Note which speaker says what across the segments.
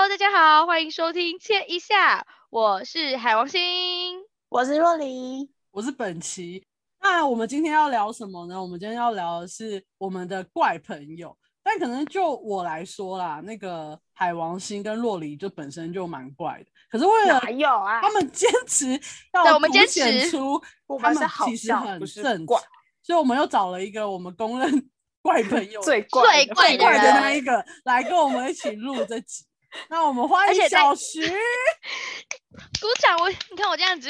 Speaker 1: ，欢迎收听切一下，我是海王星。
Speaker 2: 我是若琳，
Speaker 3: 我是本琪。那我们今天要聊什么呢？我们今天要聊的是我们的怪朋友。但可能就我来说啦，那个海王星跟洛璃就本身就蛮怪的，可是
Speaker 4: 嗯
Speaker 3: 为了
Speaker 2: 哪有啊
Speaker 3: 他？们坚 持
Speaker 1: 对
Speaker 3: 要
Speaker 1: 我们坚
Speaker 3: 凸显
Speaker 1: 持
Speaker 3: 出
Speaker 2: 我
Speaker 3: 他
Speaker 2: 们是
Speaker 3: 们
Speaker 2: 好
Speaker 3: 其实
Speaker 2: 笑
Speaker 3: 很
Speaker 2: 不是
Speaker 3: 正
Speaker 2: 怪
Speaker 3: 常，所以我们又找了一个我们公认 怪朋友
Speaker 2: 最
Speaker 1: 怪
Speaker 2: 怪
Speaker 1: 的
Speaker 3: 最怪的
Speaker 1: 人
Speaker 3: 那一个来跟我们一起录这集。那我们欢
Speaker 1: 而
Speaker 3: 迎
Speaker 1: 且在
Speaker 3: 小徐，
Speaker 1: 鼓掌！我你看我这样子，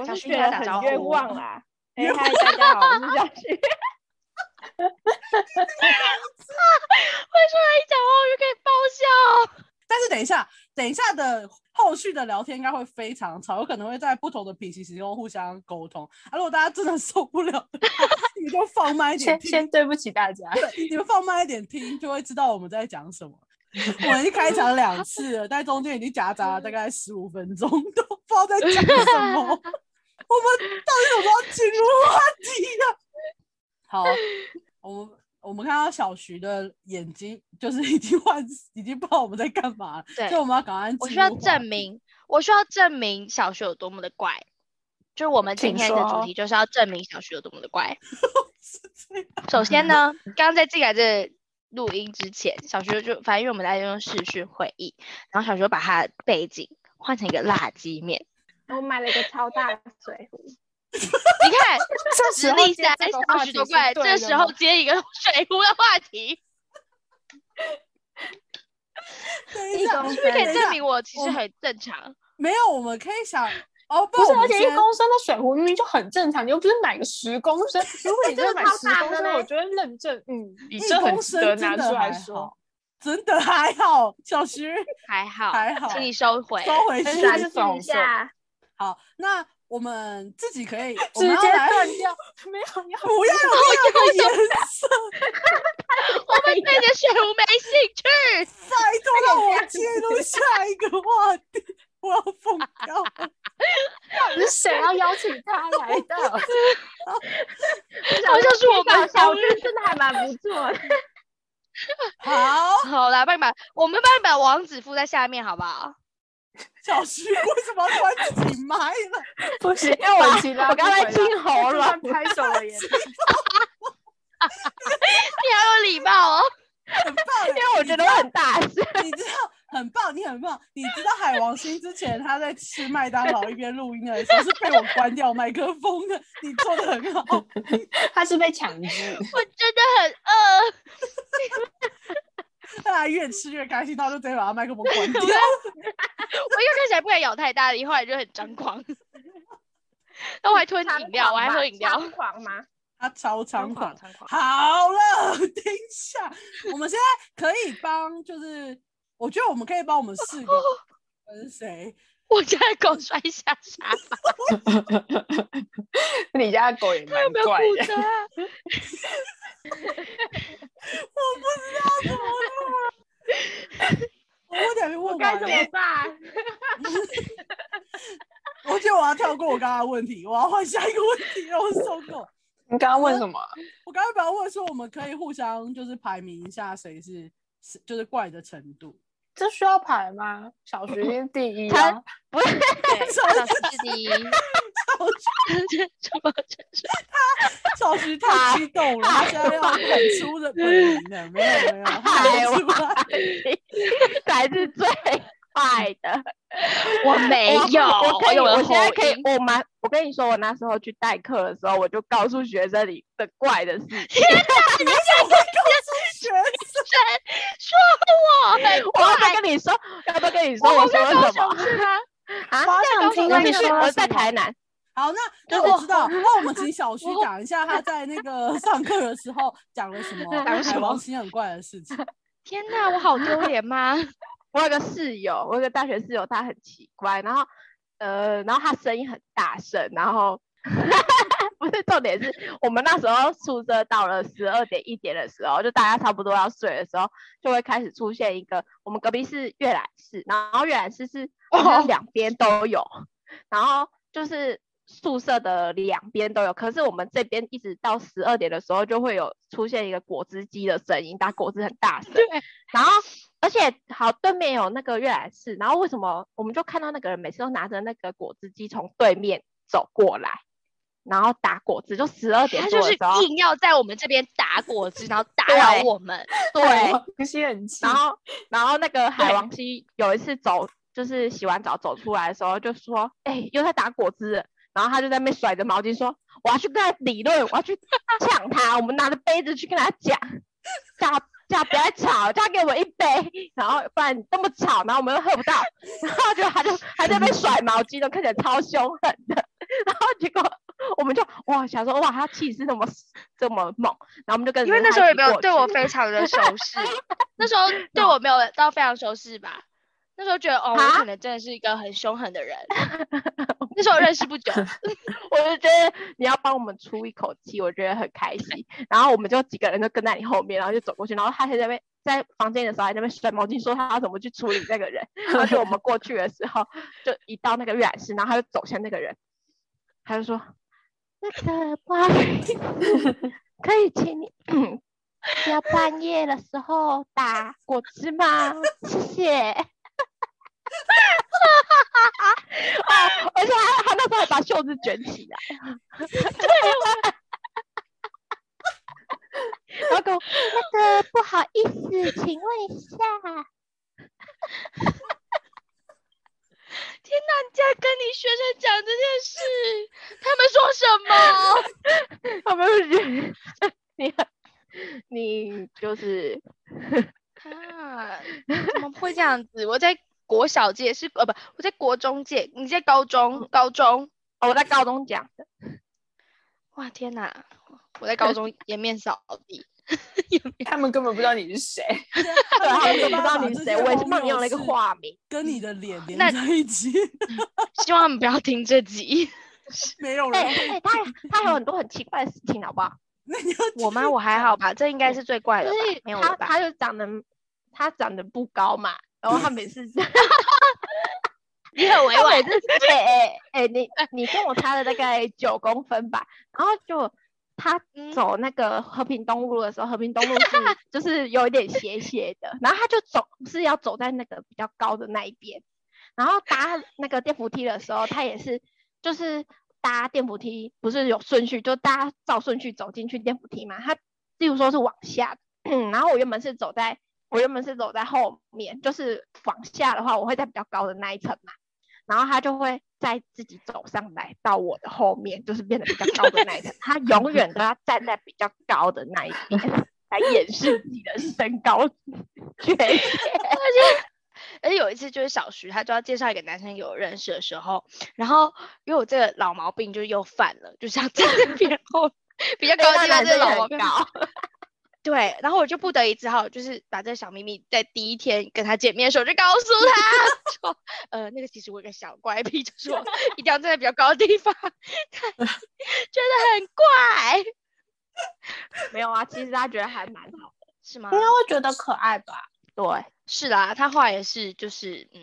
Speaker 2: 我
Speaker 1: 小
Speaker 2: 是
Speaker 1: 旭
Speaker 2: 觉
Speaker 1: 跟他打
Speaker 2: 得
Speaker 1: 招呼
Speaker 2: 很冤枉
Speaker 4: 啊
Speaker 2: 啦。哎、嗨，大家好，我是小 旭。
Speaker 1: 会说他一讲话我就可以爆笑。
Speaker 3: 但是等一下，等一下的后续的聊天应该会非常吵，有可能会在不同的平行时空互相沟通。啊，如果大家真的 受不了的话， 你们就放慢一点
Speaker 2: 先
Speaker 3: 听，
Speaker 2: 先对不起大家，
Speaker 3: 对，你们放慢一点听，就会知道我们在讲什么。我们已经开场两次了，但中间已经夹杂了大概十五分钟， 都不知道在讲什 么。我们到底有没有进入话题呀、好，我们我们看到小徐的眼睛就是已经换，已经不知道我们在干嘛了，
Speaker 1: 对
Speaker 3: 所以我们要赶快进入
Speaker 1: 我需要
Speaker 3: 话
Speaker 1: 证
Speaker 3: 题。
Speaker 1: 明，我需要证明小徐有多么的怪。就是我们今
Speaker 2: 请
Speaker 1: 天的主
Speaker 2: 说
Speaker 1: 题就是要证明小徐有多么的怪。
Speaker 3: 是这样
Speaker 1: 首先呢，刚刚在进来这录音之前，小徐就反正因为我们在用视讯会议，然后小徐就把他的背景换成一个辣鸡面。
Speaker 4: 我买了一个超大的水 壶，
Speaker 1: 你看，
Speaker 2: 这
Speaker 1: 实
Speaker 2: 时候
Speaker 1: 力
Speaker 2: 接
Speaker 1: 在
Speaker 2: 这个
Speaker 1: 小
Speaker 2: 话
Speaker 1: 徐
Speaker 2: 题
Speaker 1: 多
Speaker 2: 是
Speaker 1: 怪，
Speaker 2: 对
Speaker 1: 这
Speaker 2: 的
Speaker 1: 时候
Speaker 2: 吗
Speaker 1: 接一个 水壶的话题，
Speaker 3: 等一
Speaker 4: 一
Speaker 3: 下
Speaker 4: 公，
Speaker 1: 是不是可以
Speaker 3: 等
Speaker 4: 分
Speaker 3: 一下
Speaker 1: 证明我其
Speaker 3: 哦我
Speaker 1: 实
Speaker 3: 们
Speaker 1: 很正常？
Speaker 3: 没有，我们可以想哦，不
Speaker 4: 不是，
Speaker 3: 我们
Speaker 4: 而且一
Speaker 3: 先
Speaker 4: 公升的水壶明明就很正常，你又不是买个十公升。 如果你真的买十公
Speaker 2: 真的超大的
Speaker 4: 升，
Speaker 2: 嘞
Speaker 4: 我觉得认证，嗯，你
Speaker 3: 一
Speaker 4: 这很
Speaker 3: 公
Speaker 4: 值
Speaker 3: 升
Speaker 4: 得
Speaker 3: 真
Speaker 4: 拿
Speaker 3: 的
Speaker 4: 出来
Speaker 3: 还
Speaker 4: 说。
Speaker 3: 好，真的还好，小徐
Speaker 1: 还好，
Speaker 3: 还好，
Speaker 1: 请你收回。
Speaker 3: 收回
Speaker 4: 但
Speaker 3: 去
Speaker 4: 是它是
Speaker 2: 试
Speaker 4: 粉红
Speaker 2: 一
Speaker 4: 色，
Speaker 2: 下，
Speaker 3: 好，那我们自己可以，我
Speaker 4: 直
Speaker 3: 们
Speaker 4: 接
Speaker 3: 要来，
Speaker 4: 断掉，没有要
Speaker 3: 不要有那个颜色，
Speaker 1: 我们对你的水壶没兴 趣。
Speaker 3: 拜托让我进入下一个话题，我要疯掉了。
Speaker 4: 到底是谁要邀请他来 的？
Speaker 1: 好像是我们
Speaker 2: 小旭真的还蛮不错的。
Speaker 3: 好，
Speaker 1: 好啦，帮你把我们帮你把网址附在下面，好不好？
Speaker 3: 小徐为什么要突然自己埋了？
Speaker 4: 不行，本期拉
Speaker 2: 我刚才
Speaker 4: 不回来
Speaker 2: 清喉
Speaker 4: 就
Speaker 2: 咙
Speaker 4: 算拍手了也
Speaker 1: 你好有礼貌哦。
Speaker 3: 很棒欸，因
Speaker 2: 我觉得我很大声，
Speaker 3: 你知道很棒，你很棒。你知道海王星之前他在吃麦当劳一边录音的时候是被我关掉麦克风的，你做的很 好。
Speaker 4: 他是被强
Speaker 1: 我
Speaker 4: 制。
Speaker 1: 真的很饿，
Speaker 3: 大家越吃越开心，他就直接把他麦克风关 掉。
Speaker 1: 我一开始还不敢咬太大力，后来就很张狂。那我还吞饮料，我还喝 饮料。
Speaker 4: 猖狂吗？
Speaker 3: 他超猖
Speaker 1: 狂，，
Speaker 3: 狂
Speaker 1: 猖狂。
Speaker 3: 好了， 等一下，我们现在可以帮，就是我觉得我们可以帮我们四 个跟谁？
Speaker 1: 我家的狗摔下沙发，
Speaker 4: 你家的狗也蛮
Speaker 1: 有没有
Speaker 4: 怪
Speaker 1: 骨
Speaker 4: 的，
Speaker 1: 折啊？
Speaker 3: 我有 点问
Speaker 2: 该
Speaker 3: 完
Speaker 2: 怎
Speaker 3: 了
Speaker 2: 么，办？
Speaker 3: 我觉得我要跳过我刚刚的问题，我要换下一个问题了。我受够，
Speaker 4: 你刚刚问什么？
Speaker 3: 我刚刚本来问说我们可以互相就是排名一下谁是是就是怪的程度，
Speaker 4: 这需要排吗？小学一定第一
Speaker 1: 他
Speaker 4: 啊，
Speaker 1: 不是， 对，
Speaker 3: 摔
Speaker 1: 小徐是第一。 什么？
Speaker 3: 小徐太激动了，他现在要很出的本名了，没有没有，
Speaker 2: 海
Speaker 3: 喊出 来。
Speaker 2: 才是最坏的。
Speaker 1: 我没
Speaker 2: 我
Speaker 1: 有，
Speaker 2: 我可以，
Speaker 1: 有
Speaker 2: 我
Speaker 1: 了
Speaker 2: 现在
Speaker 1: 喉
Speaker 2: 可以
Speaker 1: 音，。
Speaker 2: 我蛮，我跟你说，我那时候去代课的时候，我就告诉学生里的怪的事情。
Speaker 3: 学
Speaker 1: 说我很
Speaker 2: 哦我要不要跟你说？要不要跟你说？
Speaker 1: 我
Speaker 2: 我说
Speaker 1: 高
Speaker 2: 了什么
Speaker 1: 雄是吗？
Speaker 2: 啊？
Speaker 4: 我好
Speaker 1: 在
Speaker 4: 想
Speaker 1: 高雄
Speaker 4: 听
Speaker 1: 那
Speaker 2: 我
Speaker 4: 啊
Speaker 1: 边
Speaker 2: 你
Speaker 4: 你
Speaker 1: 有什
Speaker 2: 说
Speaker 4: 说
Speaker 1: 么
Speaker 2: 我
Speaker 4: 了
Speaker 2: 在
Speaker 4: 什么
Speaker 2: 台南，
Speaker 3: 好，那
Speaker 1: 就
Speaker 3: 那
Speaker 1: 我
Speaker 3: 我知道，那我们请小徐
Speaker 2: 哦
Speaker 3: 讲一下他在那 个上课的时候讲了什么
Speaker 1: 讲了什
Speaker 3: 海
Speaker 1: 么
Speaker 3: 王星很怪的事情。
Speaker 1: 天哪，我好丢脸 吗？
Speaker 2: 我有个室友，我有个大学室友，他很奇怪，然后呃，然后他声音很大声，然后 不是重点是我们那时候宿舍到了十二点一点的时候，就大家差不多要睡的时候，就会开始出现一个我们隔壁是阅览室，然后阅览室是好像两边都有，然后就是。宿舍的两边都有，可是我们这边一直到十二点的时候，就会有出现一个果汁机的声音，打果汁很大声。
Speaker 1: 对，
Speaker 2: 然后而且好对面有那个阅览室，然后为什么我们就看到那个人每次都拿着那个果汁机从对面走过来，然后打果汁，就十二点
Speaker 1: 他
Speaker 2: 多
Speaker 1: 就
Speaker 2: 的
Speaker 1: 是
Speaker 2: 时候，
Speaker 1: 硬要在我们这边打果汁，然后打
Speaker 2: 对
Speaker 1: 扰我们。
Speaker 2: 对，
Speaker 4: 有些人气
Speaker 2: 然后， 然后那个海
Speaker 1: 对
Speaker 2: 王熙有一次走，就是洗完澡走出来的时候，就说：“哎、又在打果汁了。”然后他就在那边甩着毛巾说：“我要去跟他理论，我要去呛他，我们拿着杯子去跟他讲，叫他叫他不要再吵，叫他给我一杯，然后不然这么吵，然后我们又喝不到。”然后就他就还在那边甩毛巾，都看起来超凶狠的。然后结果我们就哇想说哇他气势那么这么猛，然后我们就跟
Speaker 1: 因为
Speaker 2: 着
Speaker 1: 那
Speaker 2: 他
Speaker 1: 时候
Speaker 2: 一
Speaker 1: 也
Speaker 2: 起
Speaker 1: 没有
Speaker 2: 过
Speaker 1: 对
Speaker 2: 去
Speaker 1: 我非常的熟识， 那时候对我没有到非常熟识吧。那时候觉得哦，我
Speaker 2: 啊
Speaker 1: 可能真的是一个很凶狠的人。 那时候认识不 久，
Speaker 2: 我就觉得你要帮我们出一口气，我觉得很开心。然后我们就几个人就跟在你后面，然后就走过去，然后他还在那边在房间的时候还在那边甩毛巾，说他要怎么去处理那个人。然后就我们过去的时候，就一到那个阅览室，然后他就走向那个人，他就说：“那个不好意思，可以请你 不要半夜的时候打果汁吗？谢谢。”哦， 而且他他那时候还把袖子卷起 来，然后跟我那个不好意思，请问一下，
Speaker 1: 天哪！你竟然跟你学生讲这件事，他们说什么？
Speaker 2: 他们就觉得 你很你就是
Speaker 1: 啊，怎么会这样子？我在国小界是呃不，我在国中界，你在高中，高中，
Speaker 2: 哦，我在高中讲的，
Speaker 1: 哇天哪！我在高中颜面扫地，
Speaker 4: 他们根本不知道你是谁。
Speaker 2: 对，他们都不知
Speaker 3: 把
Speaker 2: 道你
Speaker 3: 这
Speaker 2: 是谁，
Speaker 3: 些
Speaker 2: 我也
Speaker 3: 荒
Speaker 2: 是帮你
Speaker 3: 谬
Speaker 2: 用了一个嗯
Speaker 3: 事
Speaker 2: 化名，
Speaker 3: 跟你的脸连
Speaker 1: 那
Speaker 3: 在一起，
Speaker 1: 希望他们不要听这集。
Speaker 3: 没有
Speaker 2: 哎
Speaker 3: 人会。
Speaker 2: 哎，他他还有很多很奇怪的事情，好不好？
Speaker 3: 那你要
Speaker 1: 我吗？我还好吧，这应该是最怪的
Speaker 2: 就
Speaker 1: 吧，
Speaker 2: 是
Speaker 1: 没有
Speaker 2: 他
Speaker 1: 了吧？
Speaker 2: 他就长得他长得不高嘛，然后他每次
Speaker 1: 你很委
Speaker 2: 他每
Speaker 1: 婉
Speaker 2: 次，哎哎哎，你你跟我差了大概九公分吧，然后就他
Speaker 1: 嗯
Speaker 2: 走那个和平东路的时候，和平东路是就是有一点斜斜的，然后他就总是要走在那个比较高的那一边，然后搭那个电扶梯的时候，他也是就是搭电扶梯不是有顺序，就搭照顺序走进去电扶梯嘛，他例如说是往下，然后我原本是走在。我原本是走在后面，就是往下的话，我会在比较高的那一层嘛。然后他就会再自己走上来到我的后面，就是变得比较高的那一层。他永远都要站在比较高的那一边来掩饰自己的身高缺陷。
Speaker 1: 而且有一次就是小徐，他就要介绍一个男生给我认识的时候，然后因为我这个老毛病就又犯了，就是要站在别人后比较高的
Speaker 2: 哎那
Speaker 1: 地方，
Speaker 2: 男
Speaker 1: 这个
Speaker 2: 生
Speaker 1: 老
Speaker 2: 也
Speaker 1: 毛
Speaker 2: 很
Speaker 1: 病。
Speaker 2: 高，
Speaker 1: 对，然后我就不得已只好就是把这个小秘密在第一天跟他见面的时候就告诉他，说， 呃，那个其实我有个小怪癖，就是我一定要站在比较高的地方，他 觉得很怪，
Speaker 2: 没有啊，其实他觉得还蛮好。
Speaker 1: 是 吗
Speaker 4: 应？该会觉得可爱吧？
Speaker 2: 对，
Speaker 1: 是啦，他话也是，就是 嗯，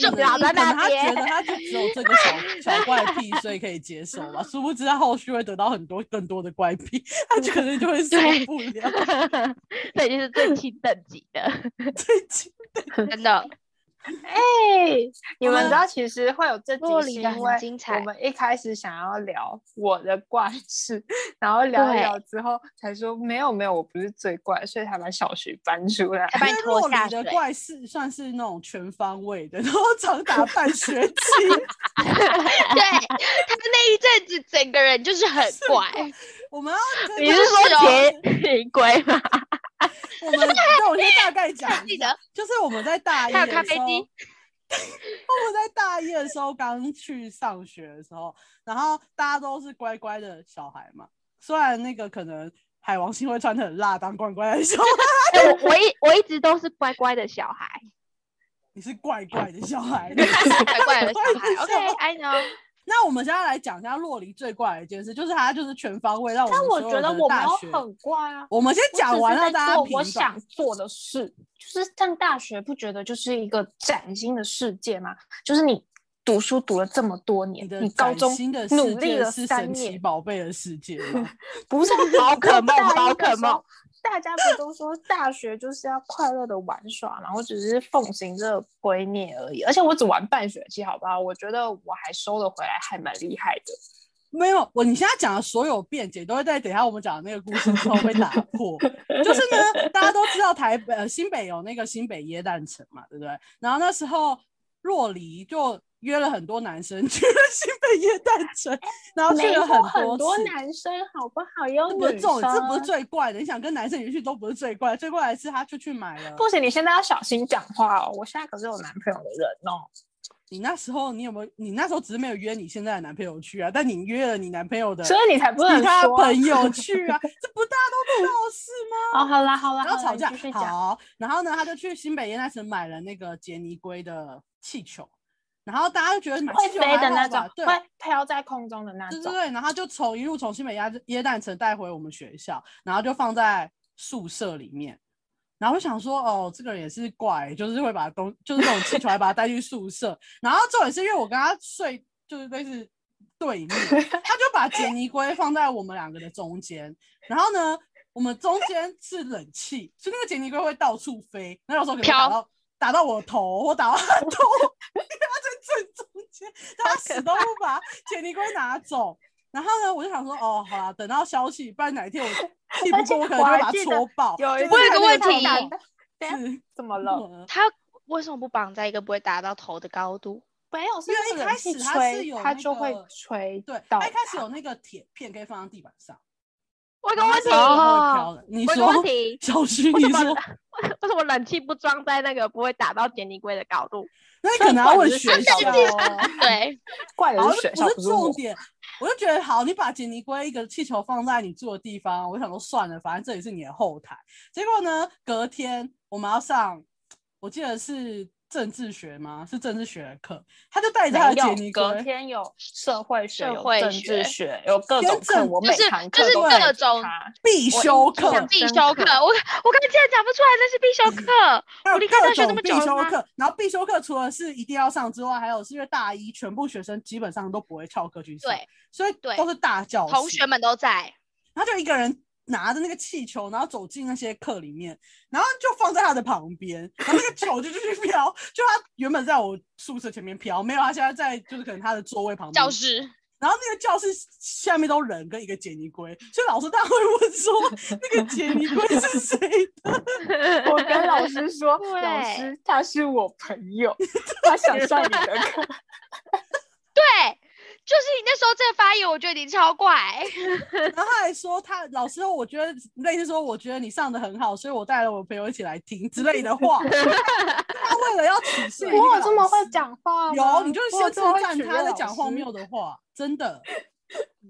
Speaker 2: 就
Speaker 3: 可
Speaker 2: 老
Speaker 3: 能
Speaker 2: 在
Speaker 3: 他
Speaker 2: 那
Speaker 3: 觉得
Speaker 2: 边。
Speaker 3: 他就只有这个小小怪癖，所以可以接受吧。殊不知他后续会得到很多更多的怪癖，他就可能就会受
Speaker 1: 对
Speaker 3: 不了。
Speaker 2: 这已经是最轻等级的，
Speaker 3: 最近
Speaker 1: 真的，
Speaker 4: 对， 你们
Speaker 3: 嗯
Speaker 4: 知道其实会有这集
Speaker 1: 洛
Speaker 4: 是
Speaker 1: 里
Speaker 4: 因
Speaker 1: 的很
Speaker 4: 为
Speaker 1: 精彩
Speaker 4: 我们一开始想要聊我的怪事，然后聊一
Speaker 1: 对
Speaker 4: 聊之后才说没有没有，我不是最怪，所以才把小徐搬出来。
Speaker 1: 他把你
Speaker 3: 因为
Speaker 1: 拖
Speaker 3: 洛
Speaker 1: 下
Speaker 3: 里的
Speaker 1: 水
Speaker 3: 怪事算是那种全方位的，然后长达半学期，
Speaker 1: 对他那一阵子整个人就是很怪，
Speaker 3: 我们要
Speaker 2: 你是
Speaker 1: 是哦
Speaker 2: 说杰尼龟 吗？
Speaker 3: 我们那我先大概讲一下，
Speaker 1: 记得
Speaker 3: 就是我们在大 一
Speaker 1: 还有
Speaker 3: 的
Speaker 1: 咖啡
Speaker 3: 时候
Speaker 1: 机
Speaker 3: 我们在大一的时候刚去上学的时候，然后大家都是乖乖的小孩嘛，虽然那个可能海王星会穿的很辣当乖乖的小孩，
Speaker 2: 哎我我一我一直都是乖乖的小孩，
Speaker 3: 你是怪怪的小孩。
Speaker 1: 怪怪的小 孩。
Speaker 3: 怪怪的小
Speaker 1: OK，I、know。
Speaker 3: 那我们现在来讲一下洛黎最怪的一件事，就是他就是全方位让我们
Speaker 4: 但我
Speaker 3: 所
Speaker 4: 觉得
Speaker 3: 有的
Speaker 4: 我没
Speaker 3: 大
Speaker 4: 有
Speaker 3: 学
Speaker 4: 很怪啊。
Speaker 3: 我们先
Speaker 4: 我只
Speaker 3: 讲
Speaker 4: 是
Speaker 3: 完，
Speaker 4: 在
Speaker 3: 让大家
Speaker 4: 做
Speaker 3: 评
Speaker 4: 我
Speaker 3: 断。
Speaker 4: 想做的事，就是上大学不觉得就是一个崭新的世界吗？就是你读书读了这么多年，
Speaker 3: 你
Speaker 4: 你
Speaker 3: 的
Speaker 4: 高
Speaker 3: 崭
Speaker 4: 中
Speaker 3: 新的世
Speaker 4: 努力
Speaker 3: 界
Speaker 4: 了
Speaker 3: 是
Speaker 4: 三
Speaker 3: 神奇
Speaker 4: 年，
Speaker 3: 宝贝的世界吗？
Speaker 4: 不是
Speaker 2: 宝可梦宝可梦，
Speaker 5: 大家不都说大学就是要快乐的玩耍，然后只是奉行这个规念而已。而且我只玩半学期，好不好？我觉得我还收得回来，还蛮厉害的。
Speaker 3: 没有，我你现在讲的所有辩解都会在等一下我们讲的那个故事之后被打破。就是呢，大家都知道台北、呃、新北有那个新北耶诞城嘛，对不对？然后那时候若离就约了很多男生 去了新北耶诞城，然后去
Speaker 5: 没有
Speaker 3: 了很
Speaker 5: 哎很
Speaker 3: 多
Speaker 5: 多
Speaker 3: 次。
Speaker 5: 男生，好不好？也有
Speaker 3: 这
Speaker 5: 女
Speaker 3: 不是重，
Speaker 5: 生，
Speaker 3: 这不是最怪的。你想跟男生一起去都不是最怪的，最怪的是他就去买了。
Speaker 5: 不行，你现在要小心讲话哦。我现在可是有男朋友的人哦。
Speaker 3: 你那时候你有没有？你那时候只是没有约你现在的男朋友去啊，但你约了你男朋友的
Speaker 5: 所以你才不 能
Speaker 3: 其他
Speaker 5: 说
Speaker 3: 朋友去啊，这不大家都知道的事吗？
Speaker 5: 哦，好啦好啦，
Speaker 3: 然
Speaker 5: 好
Speaker 3: 后
Speaker 5: 啦
Speaker 3: 吵
Speaker 5: 你
Speaker 3: 架
Speaker 5: 继续， 讲。
Speaker 3: 好，然后呢，他就去新北耶诞城买了那个杰尼龟的气球，然后大家就觉得买
Speaker 5: 会
Speaker 3: 气球
Speaker 5: 飞
Speaker 3: 还
Speaker 5: 的那
Speaker 3: 好
Speaker 5: 种
Speaker 3: 吧，对。
Speaker 5: 会飘在空中的那
Speaker 3: 对对
Speaker 5: 种。
Speaker 3: 对，然后他就从一路从新北耶耶诞城带回我们学校，然后就放在宿舍里面。然后我想说，哦，这个人也是怪，就是会把东，就是这种气球还把他带去宿舍。然后重点是因为我跟他睡，就是类似对 面，他就把杰尼龟放在我们两个的中间。然后呢，我们中间是冷气，所以那个杰尼龟会到处飞，那有时候可能会
Speaker 1: 飘
Speaker 3: 打到打到我头，我打到他头， 因为他在正中间，但 他死都不把杰尼龟拿走。然后呢，我就想说，哦，好啦，等到消息，不然哪一天我气不
Speaker 5: 而且
Speaker 3: 过，我可能就
Speaker 5: 我
Speaker 3: 会
Speaker 5: 还
Speaker 3: 把它
Speaker 5: 记得
Speaker 3: 戳爆。
Speaker 5: 有
Speaker 3: 就是
Speaker 5: 一
Speaker 1: 我有
Speaker 3: 看
Speaker 1: 个
Speaker 3: 那
Speaker 1: 问
Speaker 3: 照
Speaker 1: 题
Speaker 3: 片
Speaker 5: 等下
Speaker 3: 是
Speaker 5: 怎么了？
Speaker 3: 呃
Speaker 1: 他为什么不绑在一个不会达到头的高度？
Speaker 5: 没有，是
Speaker 3: 因为
Speaker 5: 那
Speaker 3: 一
Speaker 5: 个
Speaker 3: 开
Speaker 5: 冷气
Speaker 3: 始它是
Speaker 5: 吹
Speaker 3: 有，
Speaker 5: 它
Speaker 3: 那
Speaker 5: 就会
Speaker 3: 个
Speaker 5: 吹
Speaker 3: 对，
Speaker 5: 到
Speaker 3: 它一开始
Speaker 5: 它
Speaker 3: 有那个铁片可以放在地板上，
Speaker 2: 我有
Speaker 3: 然后
Speaker 2: 个问
Speaker 3: 它
Speaker 2: 题
Speaker 3: 是有时候会
Speaker 1: 哦
Speaker 3: 飘的。你
Speaker 2: 我有个问
Speaker 3: 说，
Speaker 2: 题，
Speaker 3: 小徐，
Speaker 2: 为
Speaker 3: 你
Speaker 2: 什
Speaker 3: 说，
Speaker 2: 么 为为什么冷气不装在那个不会打到剪泥龟的高度？
Speaker 3: 那你可能要问学
Speaker 5: 所以
Speaker 3: 校
Speaker 5: 不管是
Speaker 3: 哦。
Speaker 1: 对，
Speaker 5: 怪
Speaker 3: 好
Speaker 5: 的是学校，
Speaker 3: 不是
Speaker 5: 是我
Speaker 3: 重。点。我就觉得好，你把杰尼龟一个气球放在你住的地方，我想说算了，反正这也是你的后台。结果呢，隔天我们要上，我记得是政治学吗？是政治学的课，他就带着他
Speaker 5: 没
Speaker 3: 的杰
Speaker 5: 有，
Speaker 3: 尼
Speaker 5: 隔
Speaker 3: 龟，
Speaker 5: 天有社会学，
Speaker 1: 社
Speaker 5: 有
Speaker 1: 会
Speaker 5: 政
Speaker 1: 学
Speaker 5: 治学，有各
Speaker 3: 跟
Speaker 5: 种课，
Speaker 3: 政
Speaker 5: 我
Speaker 1: 就
Speaker 5: 每
Speaker 1: 是
Speaker 5: 堂
Speaker 1: 就
Speaker 5: 课
Speaker 1: 是
Speaker 5: 都
Speaker 1: 各
Speaker 5: 带着
Speaker 1: 种
Speaker 5: 它
Speaker 3: 必修课嗯
Speaker 5: 我印，象
Speaker 1: 必
Speaker 5: 深
Speaker 1: 修课。
Speaker 5: 刻
Speaker 1: 我我刚才竟然讲不出来，那是必修课。
Speaker 3: 还有
Speaker 1: 我离开大
Speaker 3: 各
Speaker 1: 学这
Speaker 3: 种
Speaker 1: 么
Speaker 3: 必
Speaker 1: 久了
Speaker 3: 修
Speaker 1: 吗
Speaker 3: 课。然后必修课除了是一定要上之外，还有是因为大一全部学生基本上都不会翘课去上，
Speaker 1: 对，
Speaker 3: 所以
Speaker 1: 对
Speaker 3: 都是大教室。
Speaker 1: 同学们都在，
Speaker 3: 他就一个人拿着那个气球，然后走进那些课里面，然后就放在他的旁边，然后那个球就继续飘， 就他原本在我宿舍前面飘，没有，他现在在就是可能他的座位旁边
Speaker 1: 教，室
Speaker 3: 然后那个教室下面都人跟一个杰尼龟，所以老师他会问 说那个杰尼龟是谁的？
Speaker 5: 我跟老师说，老
Speaker 1: 对
Speaker 5: 师他是我朋友，他想上你的课。
Speaker 1: 对，就是你那时候这个发言，我觉得你超怪。
Speaker 3: 然后他还说他老师，我觉得类似说我觉得你上的很好，所以我带了我朋友一起来听之类的 话，他为了要取笑那
Speaker 5: 我
Speaker 3: 个
Speaker 5: 有这么
Speaker 3: 老
Speaker 5: 会
Speaker 3: 师
Speaker 5: 讲话吗
Speaker 3: 有，你就是
Speaker 5: 啊我
Speaker 3: 先
Speaker 5: 有这
Speaker 3: 称
Speaker 5: 么会
Speaker 3: 赞
Speaker 5: 取悦
Speaker 3: 他在
Speaker 5: 老
Speaker 3: 讲荒
Speaker 5: 师
Speaker 3: 谬的话，真的。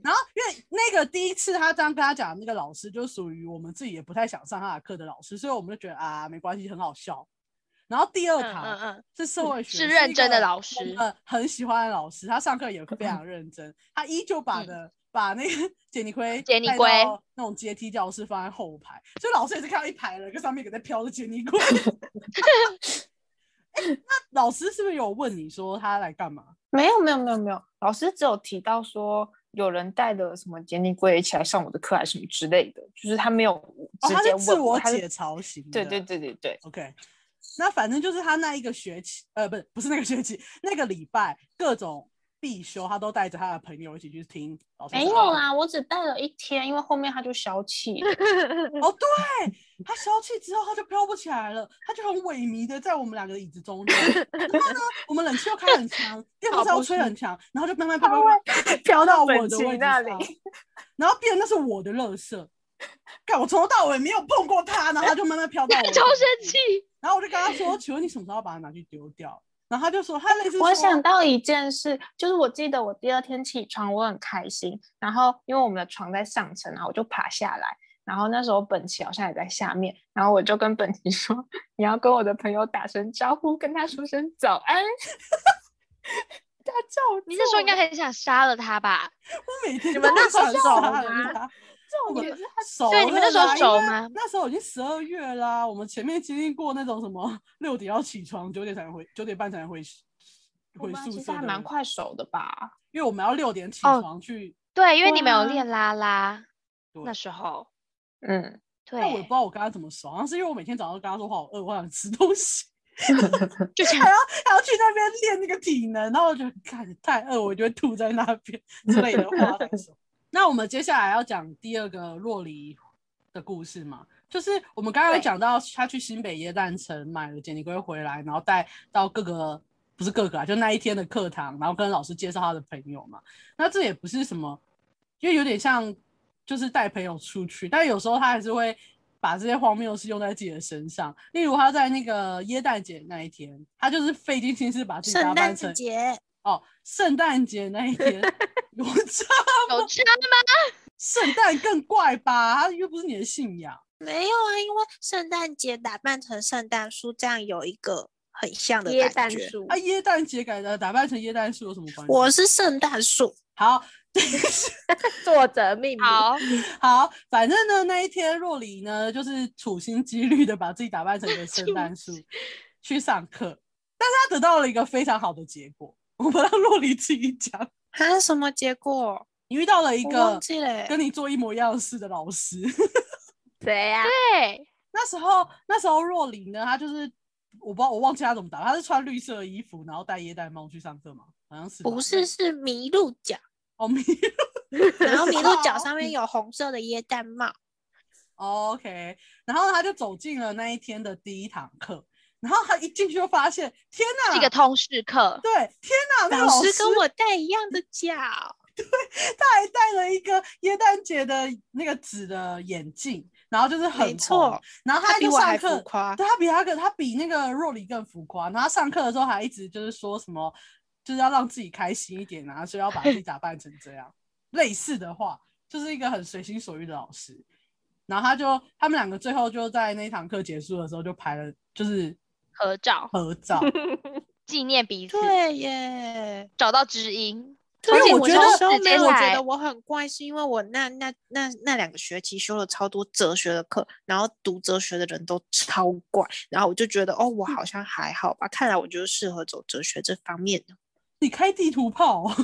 Speaker 3: 然后，因为那个第一次他这样跟他讲的那个老师，就属于我们自己也不太想上他的课的老师，所以我们就觉得啊，没关系，很好笑。然后第二
Speaker 1: 嗯
Speaker 3: 堂、
Speaker 1: 嗯嗯，
Speaker 3: 是社会学，
Speaker 1: 是认真的老
Speaker 3: 我
Speaker 1: 师
Speaker 3: 们很喜欢的老师，他上课也非
Speaker 5: 嗯
Speaker 3: 常认真，他依 旧把
Speaker 1: 嗯
Speaker 3: 的、把那个 杰尼龟
Speaker 1: 杰尼
Speaker 3: 带
Speaker 1: 龟
Speaker 3: 到那种阶梯教室放在后排，所以老师也是看到一排人跟上面一个在飘着杰尼 龟。哎那老师是不是有问你说他来干嘛？
Speaker 5: 没有没有没有没有，老师只有提到说有人带的什么杰尼龟一起来上我的课，还是什么之类的，就是他没有
Speaker 3: 哦，
Speaker 5: 直
Speaker 3: 他
Speaker 5: 接
Speaker 3: 是
Speaker 5: 问
Speaker 3: 自我
Speaker 5: 他是
Speaker 3: 解嘲型的。
Speaker 5: 对对对对对，
Speaker 3: ，OK。那反正就是他那一个学期，呃，不是不是那个学期，那个礼拜各种必修，他都带着他的朋友一起去听老师。
Speaker 5: 没有。啦，我只带了一天，因为后面他就消气了。
Speaker 3: 哦，对，他消气之后他就飘不起来了，他就很萎靡的在我们两个的椅子中 间。然后呢，我们冷气又开很强，电风扇又吹很强，然后就慢慢飘飘飘
Speaker 5: 飘到
Speaker 3: 我
Speaker 5: 本
Speaker 3: 的
Speaker 5: 琪
Speaker 3: 位置
Speaker 5: 那
Speaker 3: 上
Speaker 5: 里，
Speaker 3: 然后变成那是我的垃圾。看我从头到尾没有碰过他，然后他就慢慢飘到我的
Speaker 1: 超生
Speaker 3: 旁边
Speaker 1: 气。
Speaker 3: 然后我就跟他说：“请问你什么时候要把它拿去丢掉？”然后他就说：“他类似
Speaker 5: 我
Speaker 3: 说
Speaker 5: 想到一件事，就是我记得我第二天起床，我很开心，然后因为我们的床在上层，然后我就爬下来，然后那时候本琪好像也在下面，然后我就跟本琪说，你要跟我的朋友打声招呼，跟他说声早安。 他叫我，
Speaker 1: 你那时候应该很想杀了他吧？
Speaker 3: 我每天
Speaker 2: 你们
Speaker 3: 都
Speaker 2: 那时候
Speaker 3: 想
Speaker 2: 熟
Speaker 3: 找
Speaker 2: 吗
Speaker 3: 他，
Speaker 5: 重
Speaker 3: 我
Speaker 5: 点是他
Speaker 3: 熟
Speaker 1: 对你们
Speaker 3: 了
Speaker 1: 那时候
Speaker 3: 啦因
Speaker 1: 熟
Speaker 3: 为
Speaker 1: 吗
Speaker 3: 那时候已经十二月啦，我们前面经历过那种什么 六点要起床，九点才能回，九点半才能回
Speaker 5: 我
Speaker 3: 回
Speaker 5: 们
Speaker 3: 宿
Speaker 5: 其
Speaker 3: 舍
Speaker 5: 实还
Speaker 3: 的
Speaker 5: 蛮快熟的吧？
Speaker 3: 因为我们要六点起
Speaker 1: 哦
Speaker 3: 床去。
Speaker 1: 对，因为你们有
Speaker 5: 对啊
Speaker 1: 练拉拉，那
Speaker 3: 对
Speaker 1: 时候
Speaker 5: 嗯，
Speaker 1: 对
Speaker 3: 但我也不知道我跟他怎么熟，好像是因为我每天早上跟他说话，我饿，我想吃东西，
Speaker 1: 就这样
Speaker 3: 还要还要去那边练那个体能，然后我就看太饿，我就会吐在那边 之类的话再说。那我们接下来要讲第二个洛梨的故事嘛，就是我们刚刚有
Speaker 4: 对
Speaker 3: 讲到他去新北耶诞城买了简尼龟回来，然后带到各个不是各个啊，就那一天的课堂，然后跟老师介绍他的朋友嘛。那这也不是什么，因为有点像就是带朋友出去，但有时候他还是会把这些荒谬的事用在自己的身上。例如他在那个耶诞节那一天，他就是费尽心思把自己打
Speaker 5: 圣
Speaker 3: 扮
Speaker 5: 诞
Speaker 3: 成
Speaker 5: 节，
Speaker 3: 哦，圣诞节那一 天，我操，
Speaker 1: 有差吗？
Speaker 3: 圣诞更怪吧？他又不是你的信仰。
Speaker 5: 没有啊，因为圣诞节打扮成圣诞树，这样有一个很像的
Speaker 2: 椰
Speaker 5: 感
Speaker 2: 蛋
Speaker 5: 觉。
Speaker 2: 树
Speaker 3: 啊，，耶诞节改的打扮成耶诞树有什么关系？
Speaker 5: 我是圣诞树，
Speaker 3: 好，
Speaker 2: 哎作者命名。
Speaker 1: 好，
Speaker 3: 好，反正呢，那一天若离呢，就是处心积虑的把自己打扮成一个圣诞 树去上课，但是他得到了一个非常好的结果。我们让若离自己讲，
Speaker 5: 还是什么结果？
Speaker 3: 你遇到了一
Speaker 5: 我
Speaker 3: 个
Speaker 5: 忘记了欸
Speaker 3: 跟你做一模一样的事的老师。
Speaker 2: 谁啊呀？
Speaker 3: 啊
Speaker 1: 对，
Speaker 3: 那时候，那时候若琳呢，她就是我不知道我忘记她怎么打扮，她是穿绿色的衣服，然后戴椰蛋帽去上课吗？好像是吧
Speaker 5: 欸不是，是麋鹿 角，
Speaker 3: 哦迷
Speaker 5: 然后麋鹿角上
Speaker 3: 哦
Speaker 5: 面有红色的椰蛋帽。
Speaker 3: OK，然后她就走进了那一天的第一堂课，然后她一进去就发现，天哪，
Speaker 1: 是一个通识课，
Speaker 3: 对，天哪，那个
Speaker 5: 老
Speaker 3: 老
Speaker 5: 师跟我戴一样的角，
Speaker 3: 他还戴了一个耶诞节的那个纸的眼镜，然后就是很
Speaker 5: 没
Speaker 3: 红
Speaker 5: 错，
Speaker 3: 然后
Speaker 5: 他
Speaker 3: 他
Speaker 5: 比
Speaker 3: 就
Speaker 5: 我
Speaker 3: 上
Speaker 5: 还浮
Speaker 3: 课，
Speaker 1: 啊
Speaker 5: 夸。
Speaker 3: 对他比他更，他比那个若琳更浮夸。然后他上课的时候还一直就是说什么，就是要让自己开心一点啊，所以要把自己打扮成这样。类似的话，就是一个很随心所欲的老师。然后他就他们两个最后就在那一堂课结束的时候就拍了，就是
Speaker 1: 合照
Speaker 3: 合 照。
Speaker 1: 纪念彼此，
Speaker 5: 对耶，
Speaker 1: 找到知音。
Speaker 5: 而且
Speaker 3: 我觉
Speaker 5: 那
Speaker 3: 得
Speaker 5: 时候
Speaker 1: 直
Speaker 5: 没
Speaker 1: 接
Speaker 5: 有觉
Speaker 1: 来
Speaker 5: 得我很怪，是因为我那那那那两个学期修了超多哲学的课，然后读哲学的人都超怪，然后我就觉得哦，
Speaker 3: 嗯
Speaker 5: 我好像还好吧，看来我就是适合走哲学这方面的。
Speaker 3: 你开地图炮，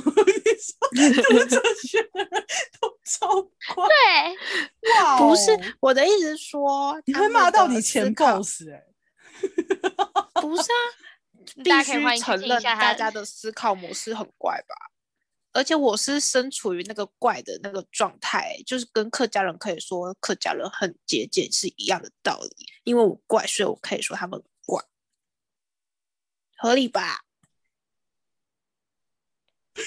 Speaker 3: 你 说读哲学的人都超怪，
Speaker 1: 对，，
Speaker 3: 哇
Speaker 5: 不是
Speaker 3: 哦
Speaker 5: 我的意思是说，
Speaker 3: 你
Speaker 5: 他
Speaker 3: 会
Speaker 5: 们
Speaker 3: 骂到
Speaker 5: 的
Speaker 3: 你
Speaker 5: 思
Speaker 3: 钱
Speaker 5: 考
Speaker 3: 够死哎、
Speaker 5: 不是啊 必
Speaker 1: 大家可以欢
Speaker 5: 须
Speaker 1: 迎去
Speaker 5: 承
Speaker 1: 听一
Speaker 5: 认
Speaker 1: 下
Speaker 5: 大
Speaker 1: 他
Speaker 5: 家的思考模式很怪吧。而且我是身处于那个怪的那个状态，就是跟客家人可以说客家人很节俭是一样的道理。因为我怪，所以我可以说他们怪，合理吧？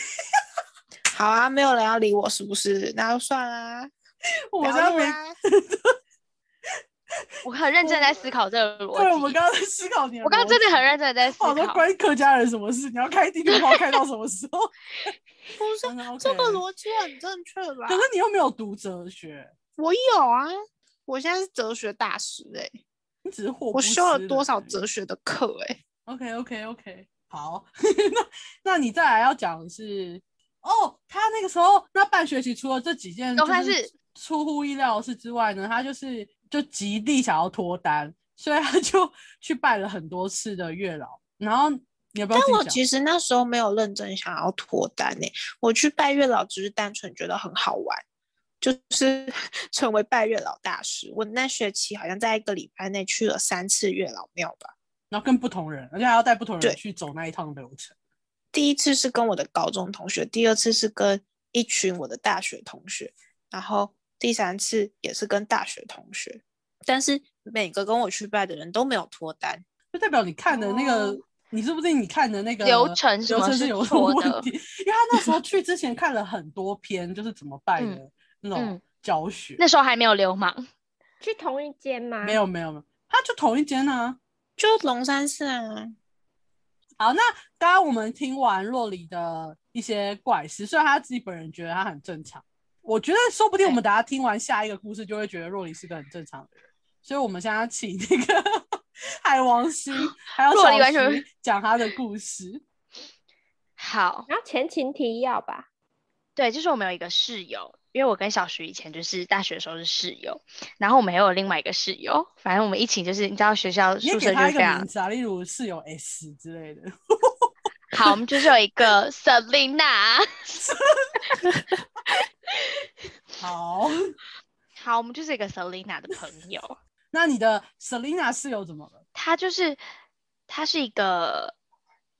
Speaker 5: 好啊，没有人要理我是不是？那就算啦、啊，
Speaker 3: 我
Speaker 5: 不
Speaker 3: 们
Speaker 5: 要
Speaker 3: 家
Speaker 5: 录
Speaker 3: 没，
Speaker 5: 啦
Speaker 1: 我很认真在思考这个逻辑。
Speaker 3: 对，我们刚刚在思考你，
Speaker 1: 我刚刚真的很。认真地在思
Speaker 3: 我说
Speaker 1: 考，
Speaker 3: 关于客家人什么事？你要开地图炮开到什么时候？
Speaker 5: 不 是啊
Speaker 3: 真的 OK
Speaker 5: 这个逻辑很正确吧
Speaker 3: 可？是你又没有读哲学，
Speaker 5: 我有啊，我现在是哲学大师哎、
Speaker 3: 你只是祸
Speaker 5: 我修了多少哲
Speaker 3: 学
Speaker 5: 学的课哎、
Speaker 3: ？OK OK OK，好， 那那你再来要讲的是哦，他那个时候那半学期除了这几件
Speaker 1: 都
Speaker 3: 就
Speaker 1: 算
Speaker 3: 是
Speaker 1: 是
Speaker 3: 出乎意料的事之外呢，他就是就极力想要脱单，所以他就 去拜了很多次的月老。然后你要不要自己
Speaker 5: 但
Speaker 3: 讲？
Speaker 5: 我其实那时候没有认真想要脱单呢、我去拜月老只是单纯觉得很好玩，就是 成为拜月老大师。我那学期好像在一个礼拜内去了三次月老庙吧。
Speaker 3: 然后跟不同人，而且还要带不同人
Speaker 5: 对
Speaker 3: 去走那一趟流程。
Speaker 5: 第一次是跟我的高中同学，第二次是跟一群我的大学同学，然后第三次也是跟大学同学。但是每个跟我去拜的人都没有脱单，
Speaker 3: 就代表你看的那个，
Speaker 5: 哦
Speaker 3: 你是不是你看的那个
Speaker 1: 流程什
Speaker 3: 流
Speaker 1: 么
Speaker 3: 程
Speaker 1: 是
Speaker 3: 有什么
Speaker 1: 错
Speaker 3: 问
Speaker 1: 的
Speaker 3: 题？因为他那时候去之前看了很多篇，就是怎么拜的那种
Speaker 1: 嗯
Speaker 3: 教学。
Speaker 1: 那时候还没有流氓，
Speaker 2: 去同一间吗？
Speaker 3: 没有没有没有，他就同一间啊。
Speaker 5: 就龙山寺啊。
Speaker 3: 好，那刚刚我们听完洛里的一些怪事，虽然他自己本人觉得他很正常，我觉得说不定我们等下听完下一个故事，就会觉得洛里是个很正常的人。所以我们现在请那个 海王星还有
Speaker 1: 洛
Speaker 3: 小
Speaker 1: 里完全
Speaker 3: 徐讲他的故事。
Speaker 1: 好，
Speaker 2: 然后前情提要吧。
Speaker 1: 对，就是我们有一个室友，因为我跟小徐以前就是大学的时候是室友，然后我们还有另外一个室友，反正我们一起就是你知道学校
Speaker 3: 你也
Speaker 1: 宿
Speaker 3: 给
Speaker 1: 舍就
Speaker 3: 他
Speaker 1: 是
Speaker 3: 一
Speaker 1: 非
Speaker 3: 个名
Speaker 1: 常
Speaker 3: 字啊，例如室友 S 之类的。
Speaker 1: 好，我们就是有一 个 Selina，
Speaker 3: 好，
Speaker 1: 好，我们就是一个 Selina 的朋友，
Speaker 3: 那你的 Selina 室友怎么了？
Speaker 1: 她就是她是一个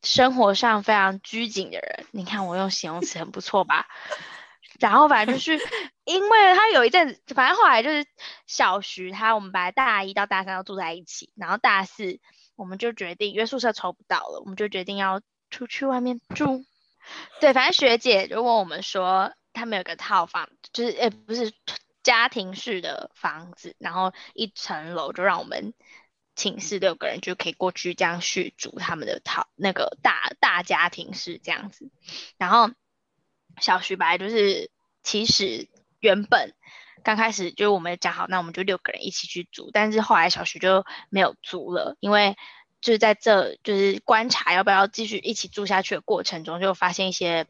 Speaker 1: 生活上非常拘谨的人。你看我用形容词很不错吧？然后反正就是因为她有一阵子，反正后来就是小徐他，我们本来大一到大三都住在一起，然后大四我们就决定，因为宿舍筹不到了，我们就决定要出去外面住。对，反正学姐就问我们说，他们有个套房，就是诶、不是家庭式的房子，然后一层楼就让我们寝室六个人就可以过去这样续住他们的套那个大大家庭式这样子。然后小徐白就是其实原本刚开始就是我们讲好，那我们就六个人一起去租，但是后来小徐就没有租了，因为就是在这就是观察要不要继续一起住下去的过程中，就发现一些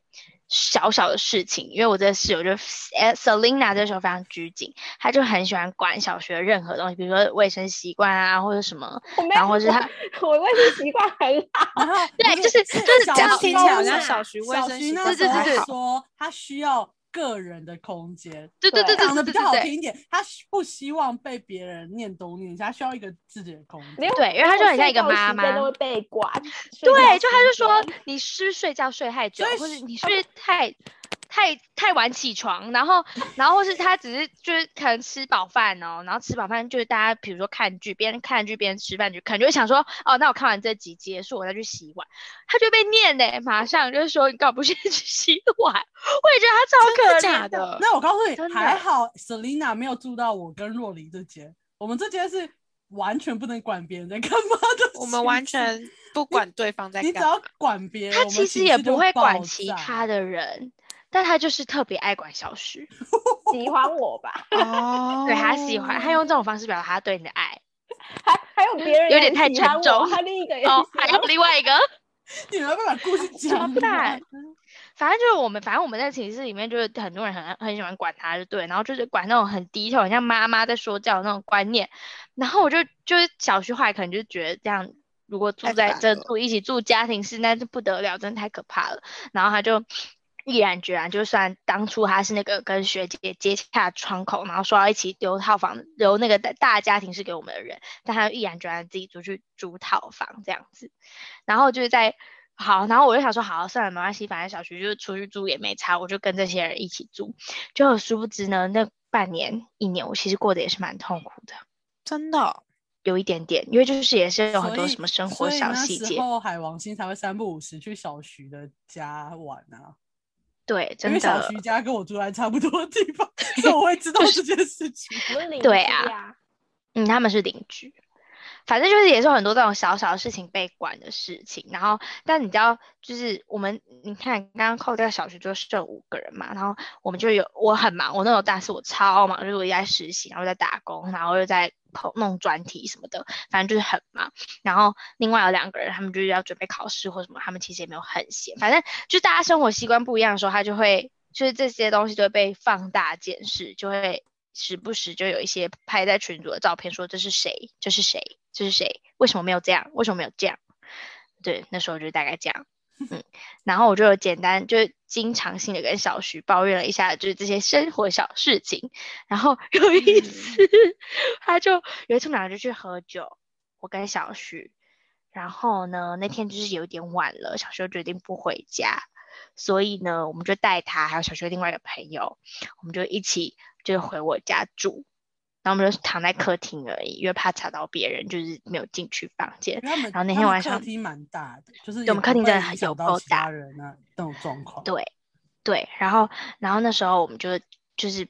Speaker 1: 小小的事情。因为我这个室友就呃 Selina 这时候非常拘谨，她就很喜欢管小徐的任何东西，比如说卫生习惯啊，或者什么，
Speaker 2: 我没
Speaker 1: 然后或者他
Speaker 2: 有，我卫 生习惯 很好。
Speaker 3: 然后
Speaker 1: 哦对
Speaker 3: 不
Speaker 1: 就是就是
Speaker 3: 小
Speaker 1: 这样
Speaker 3: 徐
Speaker 1: 听起
Speaker 3: 高
Speaker 1: 来好
Speaker 3: 中
Speaker 1: 像
Speaker 3: 啊
Speaker 5: 小徐卫
Speaker 3: 小
Speaker 5: 生
Speaker 3: 徐
Speaker 5: 习
Speaker 3: 那
Speaker 1: 惯
Speaker 3: 时候
Speaker 1: 很
Speaker 3: 还
Speaker 1: 好
Speaker 3: 说他需要个人的空间，
Speaker 1: 对对对
Speaker 2: 对
Speaker 1: 对
Speaker 3: 讲的
Speaker 1: 对
Speaker 3: 比
Speaker 1: 对
Speaker 3: 较好
Speaker 1: 对
Speaker 3: 听一点，他不希望被别人念东念西，他需要一个自己的空间
Speaker 2: 连。
Speaker 1: 对，因为他就很像一个
Speaker 2: 我睡觉
Speaker 1: 妈
Speaker 2: 时间都
Speaker 1: 妈
Speaker 2: 会。被管。睡
Speaker 1: 对，
Speaker 2: 觉
Speaker 1: 就
Speaker 2: 时
Speaker 1: 他就说
Speaker 2: 间
Speaker 1: 你是不是睡觉睡太久
Speaker 3: 所以，
Speaker 1: 或者
Speaker 3: 是
Speaker 1: 你是不是太太太晚起床，然 后然后或是他只是就是可能吃饱饭哦，然后吃饱饭就是大家比如说看剧，边看剧边吃饭，就可能就会想说哦，那我看完这集结束我再去洗碗，他就被念嘞，马上就是说你干嘛不先去洗碗？ 我也觉得他超可
Speaker 5: 真的
Speaker 1: 怜
Speaker 5: 假的？
Speaker 3: 那我告诉
Speaker 1: 真
Speaker 3: 你，
Speaker 1: 的
Speaker 3: 还好 Selina 没有住到我跟若琳这间，我们这间是完全不能管别人在干嘛的。
Speaker 5: 我们完。全不管对方在
Speaker 3: 你
Speaker 5: 干
Speaker 3: 只
Speaker 5: 嘛。
Speaker 3: 要管别人，
Speaker 1: 他
Speaker 3: 我们
Speaker 1: 其
Speaker 3: 寝
Speaker 1: 实也
Speaker 3: 室就
Speaker 1: 不会管
Speaker 3: 爆
Speaker 1: 其
Speaker 3: 炸
Speaker 1: 他的人，但他就是特别爱管小徐，
Speaker 2: 喜欢我吧，
Speaker 5: 哦
Speaker 1: 对他喜欢，他用这种方式表达他对你的爱。
Speaker 2: 还还有别人
Speaker 1: 有
Speaker 2: 也
Speaker 1: 点太
Speaker 2: 喜欢
Speaker 1: 沉重
Speaker 2: 我，他另一个也喜欢
Speaker 1: 哦，还有另外一个
Speaker 3: 你没办法把故事 讲
Speaker 1: 笨蛋
Speaker 3: 完。
Speaker 1: 反正就是我们，反正我们在寝室里面就是很多人很很喜欢管他，就对，然后就是管那种很低头，很像妈妈在说教的那种观念。然后我就就是小徐后来可能就觉得这样，如果住
Speaker 5: 太
Speaker 1: 在
Speaker 5: 烦
Speaker 1: 这
Speaker 5: 了
Speaker 1: 住一起住家庭式，那就不得了，真的太可怕了。然后他就毅然决然，就算当初他是那个跟学姐接洽窗口，然后说要一起留套房，留那个大大家庭式给我们的人，但他毅然决然自己出去租套房这样子。然后就是在好，然后我就想说，好，算了，没关系，反正小徐就是出去住也没差，我就跟这些人一起住。就殊不知呢，那半年一年，我其实过得也是蛮痛苦的，
Speaker 5: 真的哦、
Speaker 1: 有一点点，因为就是也是有很
Speaker 3: 所
Speaker 1: 多
Speaker 3: 以
Speaker 1: 什么生
Speaker 3: 所
Speaker 1: 活
Speaker 3: 以
Speaker 1: 小
Speaker 3: 那
Speaker 1: 细
Speaker 3: 时
Speaker 1: 节，
Speaker 3: 候海王星才会三不五时去小徐的家玩啊，
Speaker 1: 对，
Speaker 3: 因
Speaker 1: 真
Speaker 3: 为小
Speaker 1: 的
Speaker 3: 徐家跟我住在差不多的地方， 所以我会知道这件 事情。
Speaker 2: 我是邻
Speaker 1: 对
Speaker 2: 居
Speaker 1: 啊
Speaker 2: 啊，
Speaker 1: 嗯，他们是邻居，反正就是也是有很多这种小小的事情被管的事情。然后，但你知道，就是我们你看，刚刚扣掉小学就剩五个人嘛，然后我们就有我很忙，我那时候大四我超忙，就是我一直在实习，然后在打工，然后又在跑弄专题什么的，反正就是很忙。然后另外有两个人，他们就是要准备考试或什么，他们其实也没有很闲，反正就大家生活习惯不一样的时候，他就会就是这些东西就会被放大检视，就会时不时就有一些拍在群组的照片，说这是谁，这是谁，这是谁，为什么没有这样，为什么没有这样？对，那时候就大概这样，嗯，然后我就有简单就是经常性的跟小徐抱怨了一下，就是这些生活小事情，然后有一次，他就有一次我们俩就去喝酒，我跟小徐，然后呢那天就是有点晚了，小徐就决定不回家，所以呢我们就带他还有小徐的另外一个朋友，我们就一起就是回我家住。然后我们就躺在客厅而已，因为怕吵到别人，就是没有进去房间
Speaker 3: 因。为他们
Speaker 1: 然后那天
Speaker 3: 他们
Speaker 1: 晚
Speaker 3: 客
Speaker 1: 上
Speaker 3: 厅蛮大的，就
Speaker 1: 对
Speaker 3: 是也
Speaker 1: 我们
Speaker 3: 不
Speaker 1: 客厅
Speaker 3: 会
Speaker 1: 真的
Speaker 3: 影
Speaker 1: 很
Speaker 3: 响
Speaker 1: 有
Speaker 3: 到
Speaker 1: 够
Speaker 3: 其他
Speaker 1: 大
Speaker 3: 人啊那种状况。
Speaker 1: 对，对，然后然后那时候我们就就是，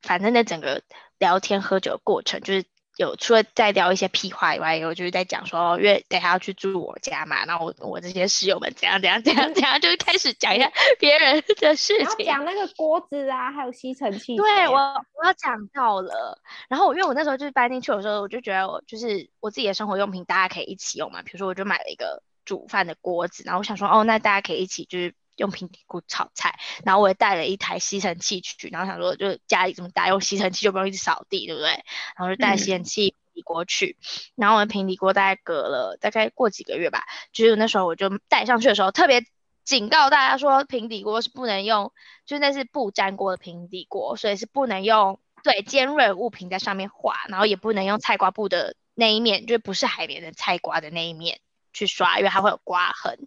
Speaker 1: 反正那整个聊天喝酒的过程，就是有除了在聊一些屁话以外，有就是在讲说，哦因为等下要去住我家嘛，然后我我这些室友们怎样怎样怎样怎样，就是开始讲一下别人的事
Speaker 2: 然后
Speaker 1: 情。
Speaker 2: 讲那个锅子啊，还有吸尘器、啊
Speaker 1: 对我，我要讲到了。然后我因为我那时候就是搬进去的时候，我就觉得我就是我自己的生活用品，大家可以一起用嘛。比如说，我就买了一个煮饭的锅子，然后我想说，哦，那大家可以一起就是用平底锅炒菜。然后我也带了一台吸尘器去，然后想说，就家里这么大，用吸尘器就不用一直扫地，对不对？然后就带吸尘器。平底锅去，然后我的平底锅大概隔了大概过几个月吧，就是那时候我就带上去的时候，特别警告大家说，平底锅是不能用就是那是不粘锅的平底锅，所以是不能用对尖锐的物品在上面画，然后也不能用菜瓜布的那一面，就是不是海绵的菜瓜的那一面去刷，因为它会有刮痕。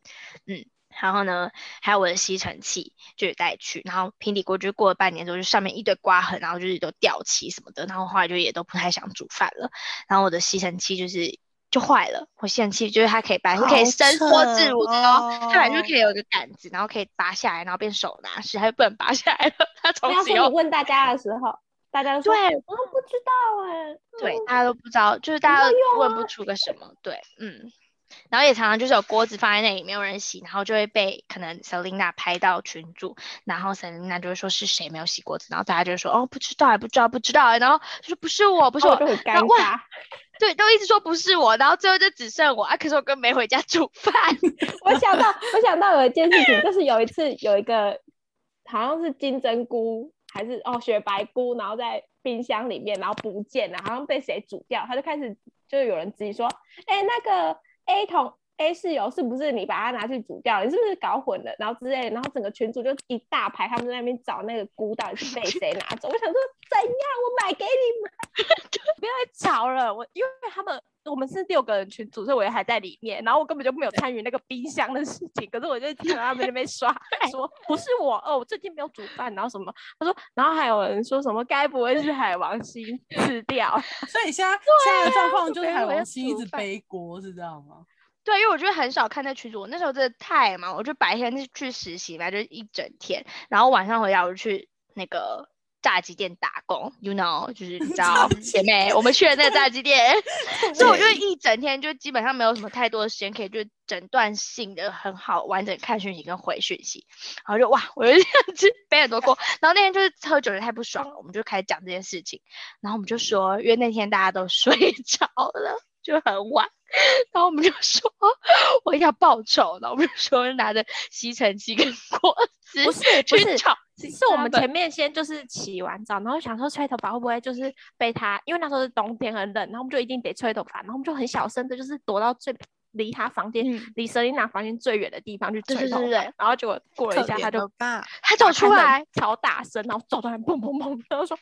Speaker 1: 嗯，然后呢，还有我的吸尘器就是带去，然后平底锅就是过了半年之后，就上面一堆刮痕，然后就是都掉漆什么的，然后后来就也都不太想煮饭了。然后我的吸尘器就是就坏了，我吸尘器就是它可以把它可以
Speaker 5: 好
Speaker 1: 伸缩自
Speaker 5: 扯
Speaker 1: 如的哦，它本来就
Speaker 5: 哦
Speaker 1: 可以有一个杆子，然后可以拔下来，然后变手拿式，它就不能拔下来了，它从
Speaker 2: 他
Speaker 1: 此
Speaker 2: 说
Speaker 1: 又
Speaker 2: 你问大家的时候，大家都说
Speaker 1: 对
Speaker 2: 我不知道哎，
Speaker 1: 对，
Speaker 2: 嗯
Speaker 1: 大家都不知道，就是大家
Speaker 2: 都有
Speaker 1: 问
Speaker 2: 啊
Speaker 1: 不出个什么，对，嗯，然后也常常就是有锅子放在那里没有人洗，然后就会被可能 Selina 拍到群主，然后 Selina 就会说是谁没有洗锅子，然后大家就会说哦不知道不知道不知道，然后就说不是我不是
Speaker 2: 然后
Speaker 1: 我
Speaker 2: 哦我，就很
Speaker 1: 然
Speaker 2: 尴
Speaker 1: 后哇
Speaker 2: 尬。
Speaker 1: 对，都一直说不是我，然后最后就只剩我啊，可是我根本没回家煮饭，
Speaker 2: 我想到，我想到有一件事情，就是有一次有一个好像是金针菇还是哦雪白菇，然后在冰箱里面，然后不见了，好像被谁煮掉，他就开始就有人质疑说，哎、那个 A 同 A 室友是不是你把它拿去煮掉了？你是不是搞混了？然后之类的，然后整个群组就一大排，他们在那边找那个菇到底是被谁拿走。我想说怎样，我买给你们，不要再吵了，我因为他们。我们是六个人群组，所以我也还在里面，然后我根本就没有参与那个冰箱的事情，可是我就听到他们那 边刷
Speaker 1: 哎
Speaker 2: 说不是我哦，我最近没有煮饭，然后什么，他说，然后还有人说什么，该不会是海王星吃掉？
Speaker 3: 所以现在、现在的状况就是
Speaker 1: 没
Speaker 3: 海
Speaker 1: 有要
Speaker 3: 王星一
Speaker 1: 煮
Speaker 3: 直
Speaker 1: 饭
Speaker 3: 背锅，是这样吗？
Speaker 1: 对，因为我就很少看那群主，我那时候真的太忙，我就白天是去实习嘛，就是一整天，然后晚上回家我就去那个炸鸡店打工，you know，就是你知道
Speaker 3: 炸鸡
Speaker 1: 姐妹，我们去了那个炸鸡店，所以我就
Speaker 5: 对
Speaker 1: 一整天就基本上没有什么太多的时间可以就整段性的很好完整看讯息跟回讯息，然后就哇，我就这 样子背很多锅，然后那天就是喝酒的太不爽了，我们就开始讲这件事情，然后我们就说，因为那天大家都 睡着了，就很晚。然后我们就说我要报仇，然后我们就说拿着吸尘器跟 锅子
Speaker 2: 不是不
Speaker 1: 去
Speaker 2: 是
Speaker 1: 吵，
Speaker 2: 是是我
Speaker 1: 他
Speaker 2: 们
Speaker 1: 们
Speaker 2: 前面先就是洗完澡，然后想说吹头发会不会就是被他，因为那时候是冬天很冷，然后我们就一定得吹头发，然后我们就很小声的，就是躲到最离他房间、
Speaker 1: 嗯
Speaker 2: 离瑟琳娜房间最远的地方去
Speaker 1: 对
Speaker 2: 吹
Speaker 1: 对
Speaker 2: 头
Speaker 1: 对
Speaker 2: 发，
Speaker 1: 对
Speaker 2: 然后结果过了
Speaker 5: 可
Speaker 2: 一下他
Speaker 5: 怜
Speaker 2: 就
Speaker 5: 了吧？
Speaker 1: 他走出来，，
Speaker 2: 超大声，然后走到那边砰砰砰，然后说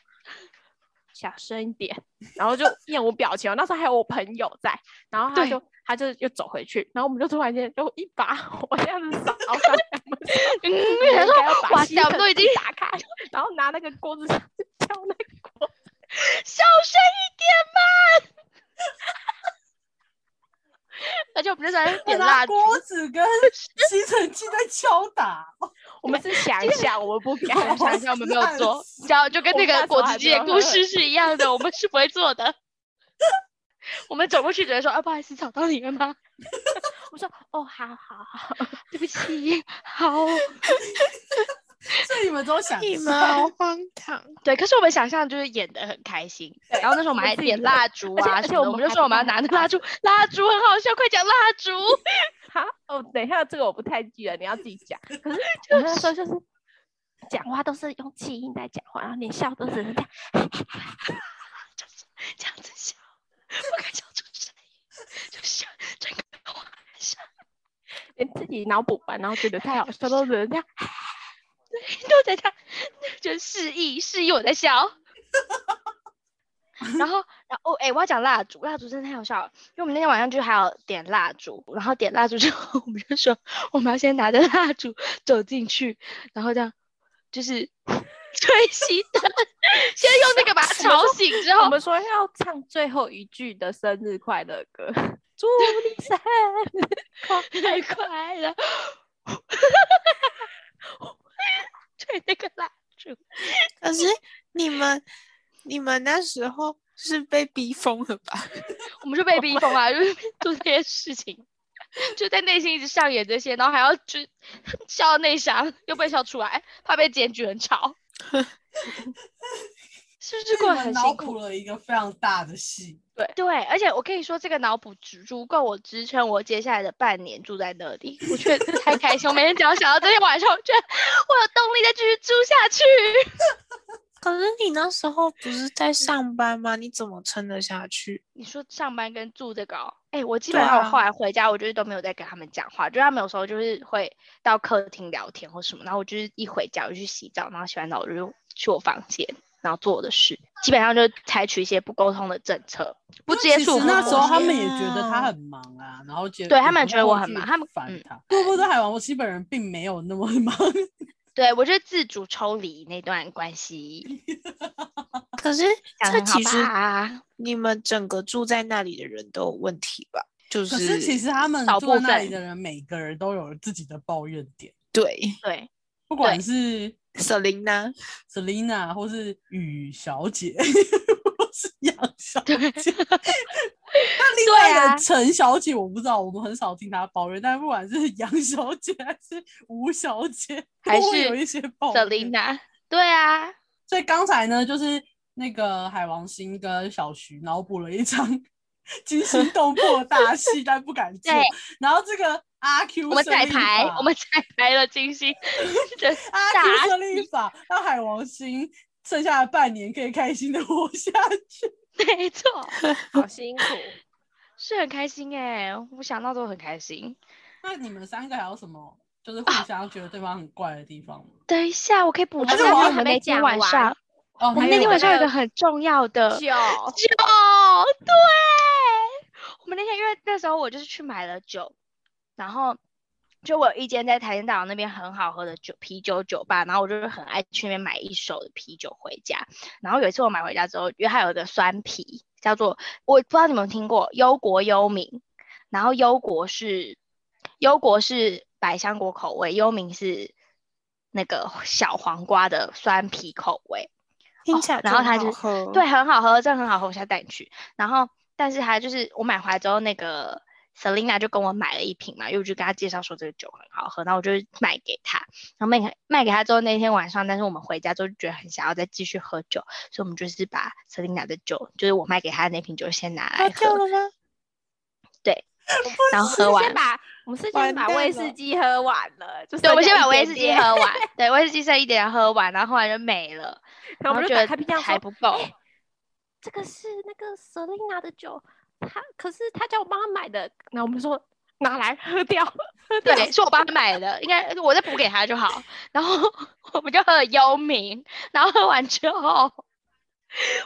Speaker 2: 小声一点，然后就面无表情哦。那时候还有我朋友在，然后他
Speaker 1: 对
Speaker 2: 就他就又走回去，然后我们就突然间就一把火这样子烧 上来，我们说
Speaker 1: 嗯，
Speaker 2: 你
Speaker 1: 他
Speaker 2: 们应
Speaker 1: 说
Speaker 2: 该要把
Speaker 1: 哇
Speaker 2: 吸
Speaker 1: 塞，我们
Speaker 2: 尘
Speaker 1: 都已
Speaker 2: 器
Speaker 1: 经
Speaker 2: 打开，然后拿那个锅子上去敲那个锅，
Speaker 1: 小声一点嘛。而且我们就在那边点
Speaker 3: 拿
Speaker 1: 蜡烛，
Speaker 3: 锅 子跟吸尘器在敲打，
Speaker 2: 我们是想象，我们 不
Speaker 1: 我们
Speaker 2: 敢。
Speaker 1: 想一下，我们没有
Speaker 3: 烂
Speaker 1: 做，
Speaker 3: 死
Speaker 1: 你知道，就跟
Speaker 2: 我
Speaker 1: 那
Speaker 2: 们那
Speaker 1: 个
Speaker 2: 时
Speaker 1: 果
Speaker 2: 候还
Speaker 1: 汁机
Speaker 2: 没
Speaker 1: 的
Speaker 2: 有
Speaker 1: 故
Speaker 2: 喝
Speaker 1: 事是一样的，我们是不会做的。我们走过去只会说啊，不好意思，吵到你了吗？
Speaker 2: 我说哦，好好好，
Speaker 1: 对不起，好。
Speaker 3: 所以你们都想
Speaker 5: 你
Speaker 3: 象
Speaker 5: 们好荒唐！
Speaker 1: 对，可是我们想象就是演的很开心，然后那时候我们
Speaker 2: 我
Speaker 1: 还
Speaker 2: 自己
Speaker 1: 点
Speaker 2: 的
Speaker 1: 蜡烛
Speaker 2: 而且
Speaker 1: 啊
Speaker 2: 而
Speaker 1: 什
Speaker 2: 且
Speaker 1: 么
Speaker 2: 我
Speaker 1: 的，我
Speaker 2: 们
Speaker 1: 们就
Speaker 2: 还
Speaker 1: 说我
Speaker 2: 不
Speaker 1: 们要
Speaker 2: 敢
Speaker 1: 拿那
Speaker 2: 拿
Speaker 1: 蜡烛，蜡烛很好笑，快讲蜡烛。
Speaker 2: 好，哦，等一下，这个我不太记得，你要自己讲。可是 我那时候就是讲话都是用气音在讲话，然后你笑都只是这样。
Speaker 1: 这样子笑，不敢笑出声音，就笑整个晚上
Speaker 2: 连自己脑补完，然后觉得太好笑，都只能 这样。
Speaker 1: 都在他就示意示意我在笑。然后，然后，哎、我要讲蜡烛，蜡烛真的太好笑了。因为我们那天晚上就还有点蜡烛，然后点蜡烛之后，我们就说我们要先拿着蜡烛走进去，然后这样就是吹熄灯， 先用那个把他
Speaker 2: 我们
Speaker 1: 吵
Speaker 2: 说
Speaker 1: 醒之
Speaker 2: 我
Speaker 1: 后，
Speaker 2: 们说要唱最后一句的生日快乐歌，祝你生日快
Speaker 1: 太快 乐。 对，那个蜡烛，
Speaker 5: 可是你们你们那时候是被逼疯了吧？
Speaker 1: 我们就被逼疯了，就是 做这些事情，就在内心一直上演这些，然后还要就 笑到内伤，又被笑出来，怕被检举很 吵，是不是过得
Speaker 3: 所以你们
Speaker 1: 很
Speaker 3: 脑
Speaker 1: 辛
Speaker 3: 补
Speaker 1: 苦？
Speaker 3: 了一个非常大的戏。
Speaker 1: 对，而且我跟你说，这个脑补足足够我支撑我接下来的半年住在那里，我觉得这太开心。我每天只要想到这天晚上，我觉得我有动力再继续住下去。
Speaker 5: 可是你那时候不是在上班吗？你怎么撑得下去？
Speaker 1: 你说上班跟住这个、哦，哎、我基
Speaker 5: 对
Speaker 1: 本上我
Speaker 5: 啊
Speaker 1: 后来回家，我就是都没有再跟他们讲话，就他们有时候就是会到客厅聊天或什么，然后我就是一回家我就去洗澡，然后洗完澡我就去我房间，然后做我的事，基本上就是采取一些不沟通的政策，不接
Speaker 3: 其
Speaker 1: 触。
Speaker 3: 实
Speaker 1: 不
Speaker 3: 那
Speaker 1: 沟
Speaker 3: 时候
Speaker 1: 通
Speaker 3: 他们也觉得他很忙啊，然后觉
Speaker 1: 对
Speaker 3: 也
Speaker 1: 他们
Speaker 3: 不
Speaker 1: 觉得
Speaker 3: 过
Speaker 1: 我很
Speaker 3: 去
Speaker 1: 忙他们
Speaker 3: 烦
Speaker 1: 嗯
Speaker 3: 他。波波对海王，我基本人并没有那么忙，
Speaker 1: 对我就是自主抽离那段关 系，
Speaker 6: 可是
Speaker 1: 这
Speaker 6: 这
Speaker 1: 样很好
Speaker 6: 其实
Speaker 1: 吧
Speaker 6: 你们整个住在那里的人都有问题吧？就
Speaker 3: 可是其实他们
Speaker 1: 少
Speaker 3: 坐在
Speaker 1: 部
Speaker 3: 那里
Speaker 1: 分
Speaker 3: 的人，每个人都有自己的抱怨点，
Speaker 6: 对
Speaker 1: 对，
Speaker 3: 不管是
Speaker 6: Selina，
Speaker 3: Selina 或是雨小姐， 或是杨小姐。那 另
Speaker 1: 对
Speaker 3: 外
Speaker 1: 啊
Speaker 3: 的陈小姐，我不知道，我们很少听她抱怨。但不管是杨小姐还是吴小姐，
Speaker 1: 还
Speaker 3: 都会
Speaker 1: 是
Speaker 3: 有一些抱怨。
Speaker 1: Selina，对啊，
Speaker 3: 所以刚才呢，就是那个海王星跟小徐脑补了一场 惊心动魄的大戏，但不敢做
Speaker 1: 对。
Speaker 3: 然后这个阿 Q
Speaker 1: 我们
Speaker 3: 设
Speaker 1: 彩
Speaker 3: 立
Speaker 1: 排
Speaker 3: 法，
Speaker 1: 我们彩排了金星 的
Speaker 3: 阿
Speaker 1: 大
Speaker 3: Q 设立法，让海王星剩下的半年可以开心的活下去。
Speaker 1: 没错，
Speaker 2: 好辛苦。
Speaker 1: 是很开心哎、我想到都很开心。
Speaker 3: 那你们三个还有什么就是互相觉得对方很怪的地方吗？
Speaker 1: 等一下，我可以补
Speaker 3: 们
Speaker 1: 充一
Speaker 3: 是
Speaker 1: 下
Speaker 3: 网
Speaker 1: 我们
Speaker 2: 友
Speaker 1: 那
Speaker 2: 没
Speaker 1: 天
Speaker 2: 讲
Speaker 1: 晚
Speaker 2: 完
Speaker 1: 上，
Speaker 3: 哦，
Speaker 1: 我们
Speaker 3: 还
Speaker 1: 那
Speaker 3: 有
Speaker 1: 天晚上有一个
Speaker 2: 还有
Speaker 1: 很重要的
Speaker 2: 酒，
Speaker 1: 酒，对，我们那天因为那时候我就是去买了酒，然后就我有一间在台湾岛那边很好喝的酒啤酒酒吧，然后我就是很爱去那边买一手的啤酒回家。然后有一次我买回家之后，因为它有一个酸啤，叫做我不知道你们有没有听过忧国忧民，然后忧国是忧国是百香果口味，忧民是那个小黄瓜的酸啤口味。
Speaker 6: 听
Speaker 1: 哦
Speaker 6: 起来
Speaker 1: 然后
Speaker 6: 真
Speaker 1: 他就
Speaker 6: 好
Speaker 5: 哦
Speaker 6: 喝
Speaker 1: 对，很好喝，真的很好喝，我下次带你去。然后，但是它就是我买回来之后，那个 Selina 就跟我买了一瓶嘛，因为我就跟她介绍说这个酒很好喝，然后我就卖给她。然后卖给卖给她之后，那天晚上，但是我们回家之后就觉得很想要再继续喝酒，所以我们就是把 Selina 的酒，就是我卖给她的那瓶酒先拿
Speaker 6: 喝
Speaker 1: 来
Speaker 6: 掉了
Speaker 1: 喝，
Speaker 6: 吗？
Speaker 1: 然后喝
Speaker 2: 我们
Speaker 1: 完
Speaker 2: 先。把我们是
Speaker 6: 完
Speaker 2: 先把
Speaker 6: 蛋
Speaker 2: 威
Speaker 6: 了
Speaker 2: 士忌喝完了，就
Speaker 1: 对，我们
Speaker 2: 剩
Speaker 1: 先
Speaker 2: 下
Speaker 1: 把
Speaker 2: 一
Speaker 1: 威
Speaker 2: 点
Speaker 1: 士忌
Speaker 2: 点，
Speaker 1: 喝完，对，威士忌剩一点喝完，然后后来就没了，
Speaker 2: 然后我们
Speaker 1: 后
Speaker 2: 就
Speaker 1: 觉
Speaker 2: 打
Speaker 1: 得
Speaker 2: 开冰箱
Speaker 1: 还
Speaker 2: 说
Speaker 1: 不够。
Speaker 2: 哎这个是那个 Selina 的酒，她可是她叫我帮她买的，那我们说拿来喝掉，喝掉。
Speaker 1: 对，是我帮他买的，应该我再补给他就好。然后我们就喝了幽冥，然后喝完之后，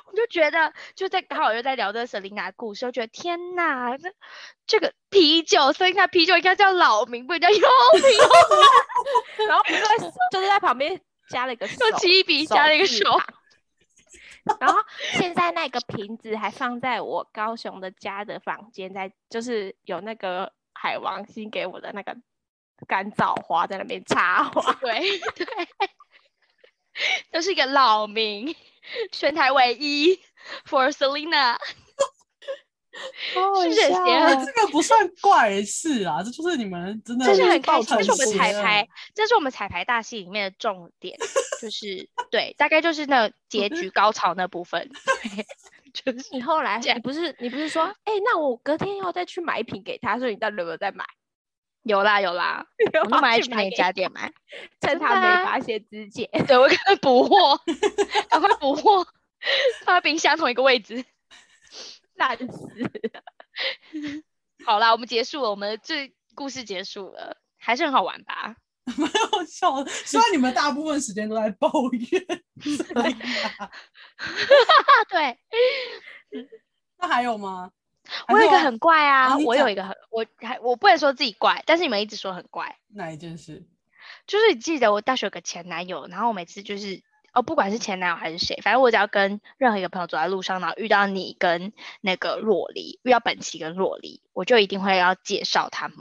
Speaker 1: 我就觉得就在刚好又在聊这 Selina 的故事，我觉得天呐，这这个啤酒 Selina 啤酒应该叫老名，不应该幽冥。
Speaker 2: 然后我们就在 就是在旁边加了 一个手，
Speaker 1: 用起笔加了一个
Speaker 2: 字
Speaker 1: 手
Speaker 2: 旁。然 后现在那个瓶子还放在我高雄的家的房间，在就是有那个海王星给我的那个干燥花在那边插花。
Speaker 1: 对对，这是一个老名，全台唯一 for Selina。是不是很邪恶？
Speaker 3: 哎这个不算怪事啊，这就是你们真的
Speaker 1: 呃这是很开
Speaker 3: 抱
Speaker 1: 心，这
Speaker 3: 团
Speaker 1: 是我们
Speaker 3: 邪
Speaker 1: 彩
Speaker 3: 恶
Speaker 1: 排，这是我们彩排大戏里面的重点，就是对，大概就是那结局高潮那部分，对， 就是
Speaker 2: 你后来
Speaker 1: 这样
Speaker 2: 你不是你不是说，哎、那我隔天要再去买一瓶给他，所以你到底有没有再买？
Speaker 1: 有啦有啦，
Speaker 2: 有
Speaker 1: 我那么
Speaker 2: 要
Speaker 1: 爱
Speaker 2: 去
Speaker 1: 去那
Speaker 2: 给
Speaker 1: 家店买，
Speaker 2: 他，
Speaker 1: 真
Speaker 2: 趁他
Speaker 1: 的啊
Speaker 2: 没发现之前。
Speaker 1: 对我赶快补货，赶快补货，放在冰箱同一个位置。
Speaker 2: 烂死！
Speaker 1: 好啦，我们结束了，我们这故事结束了，还是很好玩吧？
Speaker 3: 蛮好 笑的。虽然你们大部分时间都在抱怨 Selina
Speaker 1: 啊，对，
Speaker 3: 那还有吗？还
Speaker 1: 我有
Speaker 3: 是
Speaker 1: 一个很怪
Speaker 3: 啊
Speaker 1: 啊，
Speaker 3: 你
Speaker 1: 我有
Speaker 3: 讲
Speaker 1: 一个很，我还我不能说自己怪，但是你们一直说很怪。
Speaker 3: 哪一件事？
Speaker 1: 就是你记得我大学有个前男友，然后我每次就是哦，不管是前男友还是谁，反正我只要跟任何一个朋友走在路上，然后遇到你跟那个若离，遇到本琪跟若离，我就一定会要介绍他们。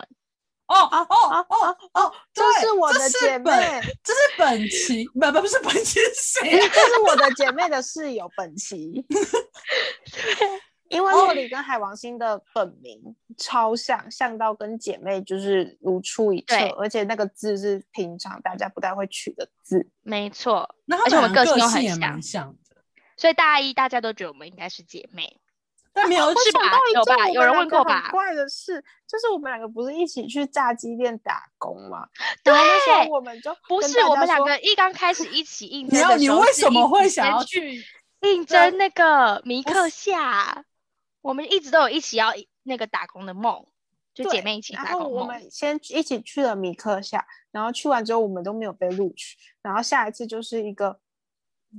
Speaker 3: 哦
Speaker 1: 啊
Speaker 3: 哦哦哦哦，
Speaker 5: 这
Speaker 3: 对
Speaker 5: 是我
Speaker 3: 这
Speaker 5: 的
Speaker 3: 是
Speaker 5: 姐妹嗯
Speaker 3: 本，这是本琪，不不不是本琪是谁啊？
Speaker 5: 这是我的姐妹的室友 本琪。因为洛里跟海王星的本名超像，像到跟姐妹就是如出一辙
Speaker 1: 对，
Speaker 5: 而且那个字是平常大家不太会取的字。
Speaker 1: 没错，
Speaker 3: 那他
Speaker 1: 而且我们
Speaker 3: 两
Speaker 1: 个性
Speaker 3: 个
Speaker 1: 又
Speaker 3: 性
Speaker 1: 很
Speaker 3: 也
Speaker 1: 像
Speaker 3: 蛮像 的，
Speaker 1: 所以大一大家都觉得我们应该是姐妹。
Speaker 3: 但没有
Speaker 1: 是吧
Speaker 5: 哦想到一
Speaker 1: 有
Speaker 5: 件
Speaker 1: 吧
Speaker 5: 哎我
Speaker 1: 有
Speaker 5: 们
Speaker 1: 人
Speaker 5: 两
Speaker 1: 问
Speaker 5: 个
Speaker 1: 过
Speaker 5: 很
Speaker 1: 吧
Speaker 5: 怪的事就是我们两个不是一起去炸鸡店打工吗？
Speaker 1: 对
Speaker 5: 然后那时候我们就
Speaker 1: 不
Speaker 5: 跟
Speaker 1: 是
Speaker 5: 大
Speaker 1: 我们
Speaker 5: 家
Speaker 1: 两
Speaker 5: 说
Speaker 1: 个一刚开始一起 应
Speaker 3: 你
Speaker 1: 征
Speaker 3: 要
Speaker 1: 的
Speaker 3: 你
Speaker 1: 时候
Speaker 3: 为
Speaker 1: 是
Speaker 3: 什么
Speaker 1: 一
Speaker 3: 会
Speaker 1: 起
Speaker 3: 想
Speaker 1: 先
Speaker 3: 要
Speaker 1: 去
Speaker 3: 去？
Speaker 1: 应
Speaker 3: 对
Speaker 1: 征那个米
Speaker 3: 不
Speaker 1: 克夏？我们一直都有一起要那个打工的梦，就姐
Speaker 5: 对
Speaker 1: 妹一起
Speaker 5: 然
Speaker 1: 打
Speaker 5: 后
Speaker 1: 工哦
Speaker 5: 我
Speaker 1: 梦。
Speaker 5: 们先一起去了米克夏，然后去完之后我们都没有被录取，然后下一次就是一个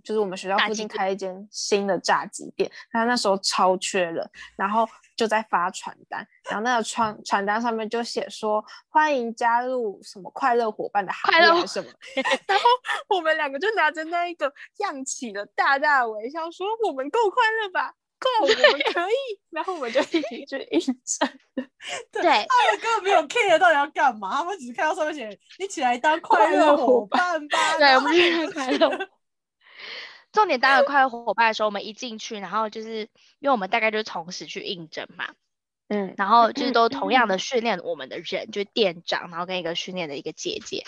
Speaker 4: 就是我们学校
Speaker 1: 炸
Speaker 4: 附
Speaker 1: 鸡
Speaker 4: 近
Speaker 1: 店
Speaker 4: 开一间新的炸鸡店，他那时候超缺人，然后就在发传单，然后那个传传单上面就写说欢迎加入什么快乐伙伴的行
Speaker 1: 快乐
Speaker 4: 列
Speaker 1: 伙
Speaker 4: 还是什么， 然后我们两个就拿着那一个漾起的大大的微笑说我们够快乐吧。够，我们可以， 然后我们就一起去应征。
Speaker 1: 对，
Speaker 3: 他们根本没有 care 到底要干嘛，他们只是看到上面写“一起来当快
Speaker 4: 快乐
Speaker 3: 乐
Speaker 4: 伙
Speaker 3: 伙伴吧”，
Speaker 1: 对，
Speaker 3: 然
Speaker 1: 我
Speaker 3: 后
Speaker 1: 们
Speaker 3: 他
Speaker 1: 是快乐。 重点当了快乐伙伴的时候，我们一进去，然后就是因为我们大概就是同时去应征嘛，
Speaker 4: 嗯，
Speaker 1: 然后就是都同样的训练我们的人，就是店长，然后跟一个训练的一个姐姐，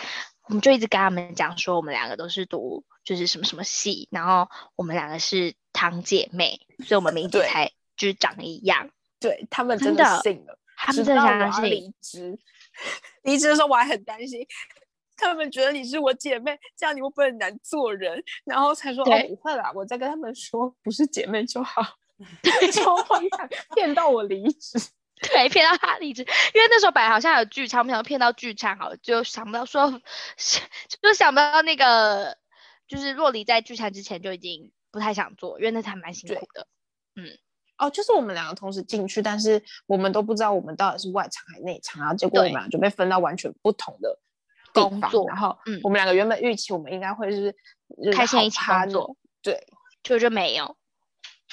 Speaker 1: 我们就一直跟他们讲说，我们两个都是读就是什么什么系，然后我们两个是堂姐妹，所以我们名字
Speaker 4: 对
Speaker 1: 才就是长一样。
Speaker 4: 对他们
Speaker 1: 真
Speaker 4: 真的
Speaker 1: 的
Speaker 4: 信了，
Speaker 1: 他
Speaker 4: 直
Speaker 1: 们真的
Speaker 4: 到
Speaker 1: 相
Speaker 4: 我要
Speaker 1: 信，
Speaker 4: 离职，离职的时候我还很担心，他们觉得你是我姐妹，这样你会不会很难做人？然后才说哦
Speaker 1: 对
Speaker 4: 不会啦，我再跟他们说不是姐妹就好，超荒唐，骗到我离职。
Speaker 1: 对，骗到他离职，因为那时候本来好像有剧场，没想到骗到剧场，好了，就想不到说，就想不到那个，就是若离在剧场之前就已经不太想做，因为那还蛮辛
Speaker 4: 对
Speaker 1: 苦的。
Speaker 4: 哦，就是我们两个同时进去，但是我们都不知道我们到底是外场还是内场，然后结果我
Speaker 1: 对
Speaker 4: 们俩就被分到完全不同的地
Speaker 1: 工
Speaker 4: 方
Speaker 1: 作
Speaker 4: 然后
Speaker 1: 嗯
Speaker 4: 我们两个原本预期我们应该会是就是
Speaker 1: 开心
Speaker 4: 好
Speaker 1: 一起工
Speaker 4: partner，
Speaker 1: 作
Speaker 4: 对，
Speaker 1: 就就没有，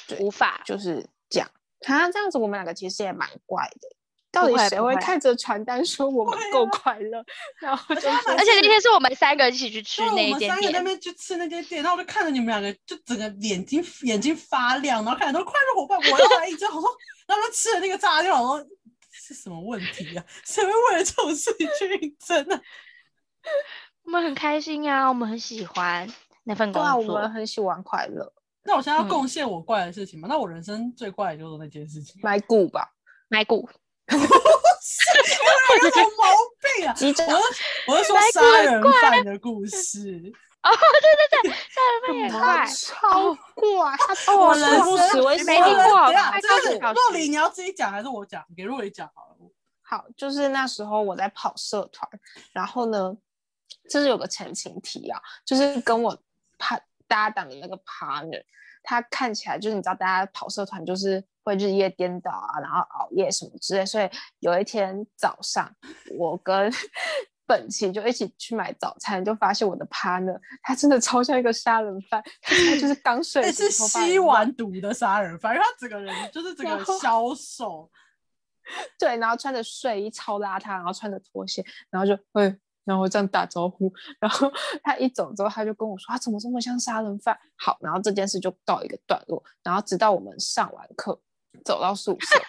Speaker 4: 对
Speaker 1: 无法。
Speaker 4: 就是这样。啊，这样子我们两个其实也蛮怪的。到
Speaker 1: 不
Speaker 4: 底
Speaker 1: 会
Speaker 4: 谁
Speaker 1: 不
Speaker 4: 会
Speaker 1: 会
Speaker 4: 看着传单说我们
Speaker 3: 对
Speaker 4: 够
Speaker 3: 啊
Speaker 4: 快乐，然后就
Speaker 3: 他
Speaker 4: 说
Speaker 3: 们
Speaker 1: 而且那天是我们三个一起去吃
Speaker 3: 对，
Speaker 1: 那一
Speaker 3: 我们
Speaker 1: 间
Speaker 3: 三个在那
Speaker 1: 店，
Speaker 3: 边去吃那间店，然后我就看着你们两个，就整个眼睛眼睛发亮，然后看着都快乐伙伴，我要来一 只，我说，然后就吃了那个炸酱，我说是什么问题啊？ 谁会为了这种事情去应征呢？
Speaker 1: 我们很开心呀、我们很喜欢那份
Speaker 4: 对
Speaker 1: 工
Speaker 4: 啊，我
Speaker 1: 作。
Speaker 4: 们很喜欢快乐，
Speaker 3: 那我现在要
Speaker 1: 嗯
Speaker 3: 贡献我怪的事情嘛？那我人生最怪的就是那件事 情，
Speaker 4: 买股吧，
Speaker 1: 买股，
Speaker 3: 有什么毛病啊？
Speaker 4: 急诊
Speaker 3: 我是我是说杀人犯的故事，
Speaker 1: 这份也快，
Speaker 4: 超怪，他
Speaker 1: 我
Speaker 4: 我
Speaker 3: 人
Speaker 4: 不
Speaker 3: 生
Speaker 4: 死为
Speaker 1: 没
Speaker 4: 止
Speaker 1: 听
Speaker 4: 了
Speaker 1: 过
Speaker 3: 等一下
Speaker 1: 快
Speaker 3: 这
Speaker 1: 告
Speaker 3: 个是
Speaker 1: 诉我
Speaker 3: 若琳，你要自己讲还是我讲？给若琳讲好了。
Speaker 4: 好，就是那时候我在跑社团，然后呢，就是有个前情提要，就是跟我搭搭档的那个 partner，他看起来就是你知道，大家跑社团就是会日夜颠倒啊，然后熬夜什么之类，所以有一天早上，我跟 本琪就一起去买早餐，就发现我的 partner 他真的超像一个杀人犯，他就是刚睡
Speaker 3: 那
Speaker 4: 醒
Speaker 3: 哎是
Speaker 4: 头发很
Speaker 3: 吸
Speaker 4: 乱
Speaker 3: 完毒的杀人犯，因为他整个人就是整
Speaker 4: 然
Speaker 3: 个
Speaker 4: 后
Speaker 3: 消瘦，
Speaker 4: 对，然后穿着睡衣超邋遢，然后穿着拖鞋，然后就哎，然后这样打招呼，然后 他一走之后，他就跟我说他啊怎么这么像杀人犯？好，然后这件事就告一个段落，然后直到我们上完课走到 宿舍，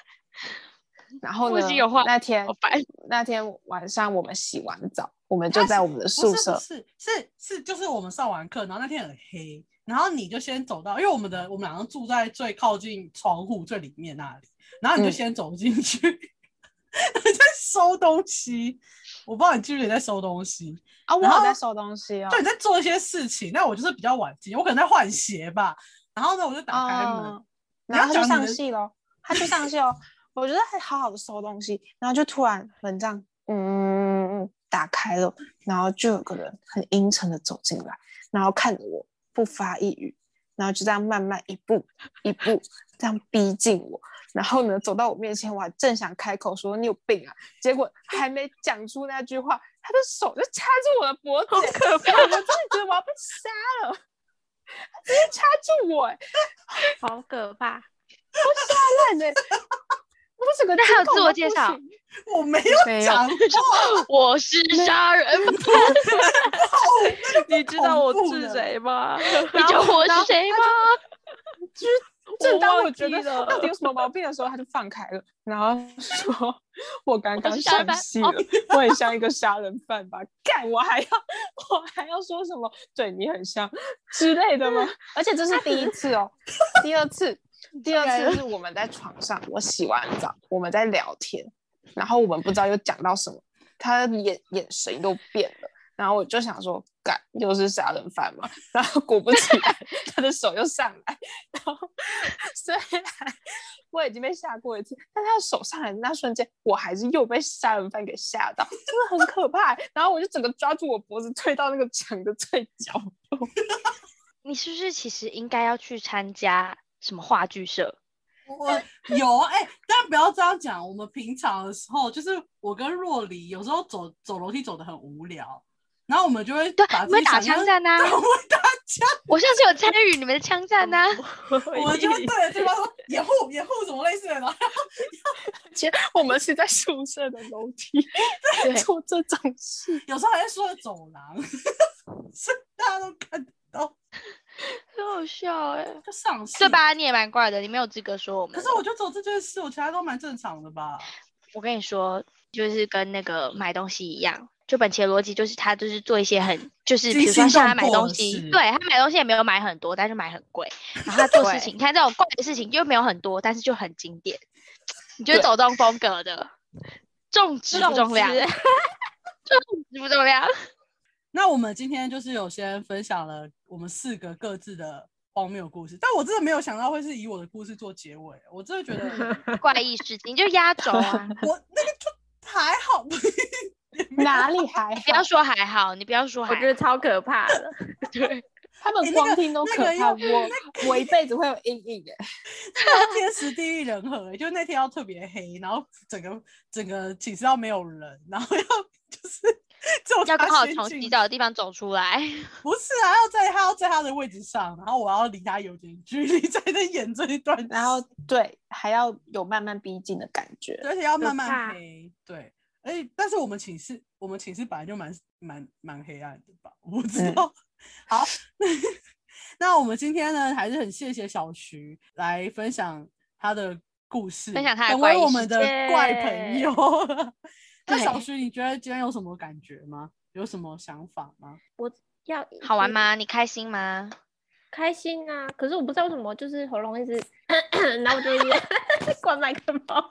Speaker 4: 然后
Speaker 1: 我已
Speaker 4: 呢
Speaker 1: 经有画，
Speaker 4: 那天
Speaker 1: 好烦
Speaker 4: 那天晚上我们洗完澡，我们
Speaker 3: 他
Speaker 4: 就在
Speaker 3: 是
Speaker 4: 我们的
Speaker 3: 不
Speaker 4: 宿
Speaker 3: 是
Speaker 4: 舍
Speaker 3: 不，是是是，就是我们上完课，然后那天很黑，然后你就先走到，因为我们的我们两个住在最靠近窗户最里面那里，然后你就
Speaker 4: 嗯
Speaker 3: 先走进去，你在收东西，我不知道你记不记得你在收东西，
Speaker 4: 啊、我
Speaker 3: 然
Speaker 4: 有
Speaker 3: 后
Speaker 4: 在收东西哦
Speaker 3: 对，，你在做一些事情，那我就是比较晚进，我可能在换鞋吧，然后呢我就打开门，
Speaker 4: 嗯
Speaker 3: 你
Speaker 4: 然
Speaker 3: 要
Speaker 4: 后他就
Speaker 3: 讲你
Speaker 4: 上
Speaker 3: 的
Speaker 4: 戏咯，他就上戏哦。 我觉得还好好的收东西，然后就突然门这样，嗯，打开了，然后就有个人很阴沉的走进来，然后看着我不发一语，然后就这样慢慢一步一步这样逼近我，然后呢走到我面前，我还正想开口说你有病啊，结果还没讲出那句话，他的手就掐住我的脖子，好可怕！我真的觉得我要被杀了，他直接掐住我、欸，
Speaker 7: 好可怕！
Speaker 4: 看的、我整个
Speaker 1: 那
Speaker 4: 惊
Speaker 1: 还有
Speaker 4: 恐
Speaker 1: 自
Speaker 4: 到
Speaker 1: 我介
Speaker 4: 不
Speaker 1: 绍
Speaker 4: 行，
Speaker 3: 我没有
Speaker 4: 没有
Speaker 3: 讲
Speaker 1: 我是杀人犯，
Speaker 7: 你知道我
Speaker 3: 恐怖
Speaker 7: 是
Speaker 3: 了
Speaker 7: 谁 吗？
Speaker 1: 你知道我是谁吗？
Speaker 4: 正当我
Speaker 7: 忘
Speaker 4: 觉
Speaker 7: 记
Speaker 4: 得
Speaker 7: 了
Speaker 4: 到底有什么毛病的时候，他就放开了，然后说：“我刚刚
Speaker 1: 是杀人
Speaker 4: 上
Speaker 1: 犯
Speaker 4: 戏
Speaker 1: 哦
Speaker 4: 了，我很像一个杀人犯吧？干，我还要 我还要说什么？对你很像之类的吗？ 而且这是第一次哦，第二次，第二次是我们在床上，我洗完澡，我们在聊天，然后我们不知道又讲到什么，他的眼眼神又变了。”然后我就想说，干又是杀人犯嘛， 然后果不其然，他的手又上来，然后 虽然我已经被吓过一次，但他的手上来的那瞬间，我还是又被杀人犯给吓到，真的很可怕欸、然后我就整个抓住我脖子，推到那个墙的最角落。
Speaker 1: 你是不是其实应该要去参加什么话剧社？
Speaker 3: 我有哎、但不要这样讲。我们平常的时候，就是我跟若离有时候走走楼梯走的很无聊，然后我们就会
Speaker 1: 对
Speaker 3: 把
Speaker 1: 你
Speaker 3: 自
Speaker 1: 会
Speaker 3: 己
Speaker 1: 打
Speaker 3: 想
Speaker 1: 枪
Speaker 3: 象
Speaker 1: 战啊呐
Speaker 3: 对我会打枪，
Speaker 1: 我上次有参与你们的枪战啊呐、
Speaker 3: 我们就会对着对方说掩护掩护什么类似的，然后
Speaker 5: 且我们是在宿舍的楼梯
Speaker 1: 对
Speaker 5: 做这种事，
Speaker 3: 有时候还会说走廊， 是大家都看得到，
Speaker 1: 很好笑哎、
Speaker 3: 就上戏
Speaker 1: 对？吧？你也蛮怪的，你没有资格说我们。
Speaker 3: 可是我就走这件事，我其他都蛮正常的吧。
Speaker 1: 我跟你说，就是跟那个买东西一样，就本期的逻辑就是他就是做一些很就是，
Speaker 3: 惊
Speaker 1: 比如说
Speaker 3: 心
Speaker 1: 像他
Speaker 3: 动
Speaker 1: 买
Speaker 3: 魄
Speaker 1: 东
Speaker 3: 的
Speaker 1: 西，
Speaker 3: 事
Speaker 1: 对他买东西也没有买很多，但是买很贵。然后他做 事情，你看这种怪的事情就没有很多，但是就很经典，你就走这种风格的，重质不重量，
Speaker 7: 重
Speaker 1: 重质不重量。
Speaker 3: 那我们今天就是有先分享了我们四个各自的荒谬故事，但我真的没有想到会是以我的故事做结尾，我真的觉得
Speaker 1: 怪异事情，就压轴啊！
Speaker 3: 我那个就还好，
Speaker 4: 哪里还
Speaker 1: 不要
Speaker 4: 好？
Speaker 1: 说还好，你不要说还
Speaker 7: 我
Speaker 1: 好
Speaker 7: 觉得超可怕的。
Speaker 4: 他
Speaker 3: 诶
Speaker 4: 们
Speaker 3: 那
Speaker 4: 光
Speaker 3: 个
Speaker 4: 听都
Speaker 3: 那
Speaker 4: 可
Speaker 3: 个
Speaker 4: 怕，
Speaker 3: 要
Speaker 4: 我我一辈子会有阴影哎。
Speaker 3: 天时地利人和、欸就那天要特别黑，然后整个整个寝室要没有人，然后要 就是只有
Speaker 1: 要刚
Speaker 3: 他
Speaker 1: 好
Speaker 3: 先
Speaker 1: 从
Speaker 3: 进
Speaker 1: 洗澡的地方走出来。
Speaker 3: 不是啊，要在他要在他的位置上，然后我要离他有点距离才能演这一段戏，
Speaker 4: 然后对，还要有慢慢逼近的感觉。
Speaker 3: 而且要慢
Speaker 7: 怕
Speaker 3: 慢黑，对。而且，但是我们寝室，我们寝室本来就蛮蛮蛮黑暗的吧？我不知
Speaker 4: 嗯
Speaker 3: 道。好， 那我们今天呢，还是很谢谢小徐来分享他的故事，
Speaker 1: 分享他的
Speaker 3: 成
Speaker 1: 怪
Speaker 3: 为
Speaker 1: 异
Speaker 3: 我
Speaker 1: 事
Speaker 3: 们的
Speaker 7: 件
Speaker 3: 怪 朋友。那小
Speaker 1: 对
Speaker 3: 徐，你觉得今天有什么感觉吗？有什么想法吗？
Speaker 7: 要
Speaker 1: 好玩
Speaker 7: 嗯
Speaker 1: 吗？你开心吗？
Speaker 7: 开心啊！可是我不知道为什么，就是喉咙一直，然后我就一直 关麦克风。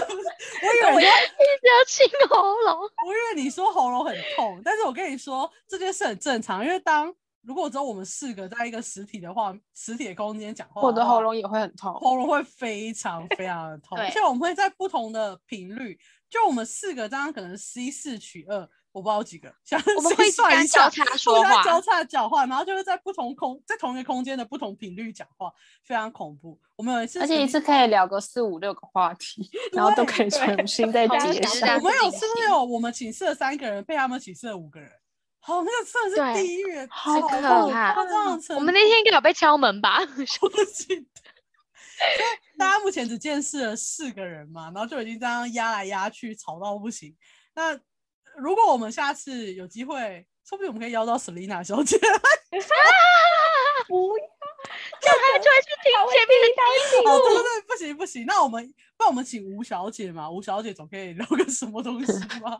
Speaker 3: 我以为
Speaker 1: 一直要清喉咙。
Speaker 3: 我以为你说喉咙很痛，但是我跟你说这件事很正常，因为当如果只有我们四个在一个实体的话，实体的空间讲话，
Speaker 4: 我的喉咙也会很痛。
Speaker 3: 喉咙会非常非常的痛，
Speaker 1: 对
Speaker 3: 而且我们会在不同的频率，就我们四个这样可能 C 四取二，我不知道有几个，想
Speaker 1: 我们会一直
Speaker 3: 算一
Speaker 1: 干
Speaker 3: 下
Speaker 1: 交，叉
Speaker 3: 互
Speaker 1: 说
Speaker 3: 相
Speaker 1: 话，
Speaker 3: 交叉讲话，然后就会在不同空在同一个空间的不同频率讲话，非常恐怖。我们有一次
Speaker 4: 而
Speaker 3: 曾经，
Speaker 4: 且一次可以聊个四五六个话题，然后都可以重新再
Speaker 7: 对
Speaker 4: 接
Speaker 7: 对
Speaker 1: 这
Speaker 4: 上
Speaker 1: 样
Speaker 3: 我。们
Speaker 1: 子
Speaker 3: 有
Speaker 1: 进
Speaker 3: 是不是有我们寝室的三个人被他们寝室的五个人？好、那个真的是
Speaker 1: 对
Speaker 3: 地狱，
Speaker 4: 好
Speaker 3: 超
Speaker 1: 可
Speaker 3: 恐
Speaker 1: 怕
Speaker 3: 夸张的程
Speaker 1: 我们那天应该有被敲门吧？
Speaker 3: 度我记得。大家目前只见识了四个人嘛，然后就已经这样压来压去，吵到不行。那如果我们下次有机会，说不定我们可以邀到 Selina 小姐。哦
Speaker 7: 不，
Speaker 1: 这样他就会去听前面的第一
Speaker 3: 哦，对对对，不行不行，那我们那我们请吴小姐嘛，吴小姐总可以聊个什么东西吧？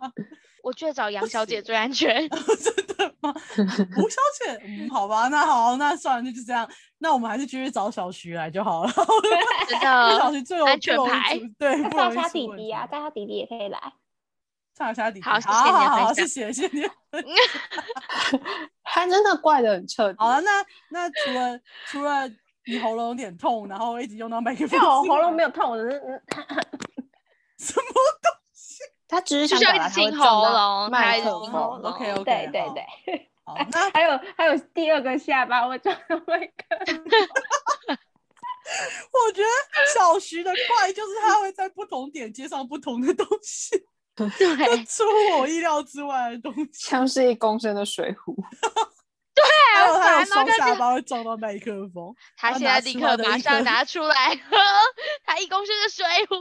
Speaker 1: 我觉得找杨小姐最安 全。
Speaker 3: 真的吗？吴小姐，嗯，好吧，那好，那算了，那就这样。那我们还是继续找小徐来就好了。
Speaker 1: 真
Speaker 3: 吴
Speaker 1: 的
Speaker 3: 小徐最容
Speaker 1: 啊安
Speaker 3: 最
Speaker 1: 全
Speaker 3: 容易
Speaker 1: 牌
Speaker 3: 出 对，
Speaker 7: 那
Speaker 3: 不
Speaker 7: 大
Speaker 3: 容易
Speaker 7: 虾
Speaker 3: 出
Speaker 7: 弟
Speaker 3: 问
Speaker 7: 弟
Speaker 3: 题
Speaker 7: 啊，大虾弟弟也可以来。
Speaker 3: 差虾弟弟，
Speaker 1: 好谢
Speaker 3: 好
Speaker 1: 谢你的
Speaker 3: 好
Speaker 1: 分
Speaker 3: 啊好，谢
Speaker 1: 享
Speaker 3: 谢谢谢你。
Speaker 4: 他真的怪的很彻底。
Speaker 3: 好了，那那除了除了你喉咙有点痛，然后一直用到麦克
Speaker 7: 因
Speaker 3: 风之
Speaker 7: 为
Speaker 3: 外，
Speaker 7: 我喉咙没有痛，我只是嗯
Speaker 3: 什么
Speaker 4: 他只是
Speaker 1: 就
Speaker 4: 想
Speaker 1: 是要
Speaker 4: 表
Speaker 1: 一
Speaker 4: 达
Speaker 1: 直
Speaker 4: 他会
Speaker 1: 清
Speaker 4: 撞
Speaker 1: 喉
Speaker 4: 到
Speaker 1: 咙，他
Speaker 4: 麦
Speaker 1: 一直
Speaker 4: 克
Speaker 1: 清喉
Speaker 4: 风。
Speaker 1: 咙。
Speaker 3: ？OK OK，
Speaker 7: 对对对。
Speaker 3: 哦好， 好那
Speaker 7: 还有还有第二个下巴，我撞到麦克风。
Speaker 3: 我觉得小徐的怪就是他会在不同点接上不同的东西， 就
Speaker 1: 对，
Speaker 3: 出我意料之外的东西。
Speaker 4: 像是一公升的水壶，
Speaker 3: 还有他有
Speaker 1: 烦哦
Speaker 3: 双
Speaker 1: 但
Speaker 3: 下
Speaker 1: 是
Speaker 3: 巴会撞到麦克风，
Speaker 1: 他现在立刻马上拿出来 喝他一公升的水 壶，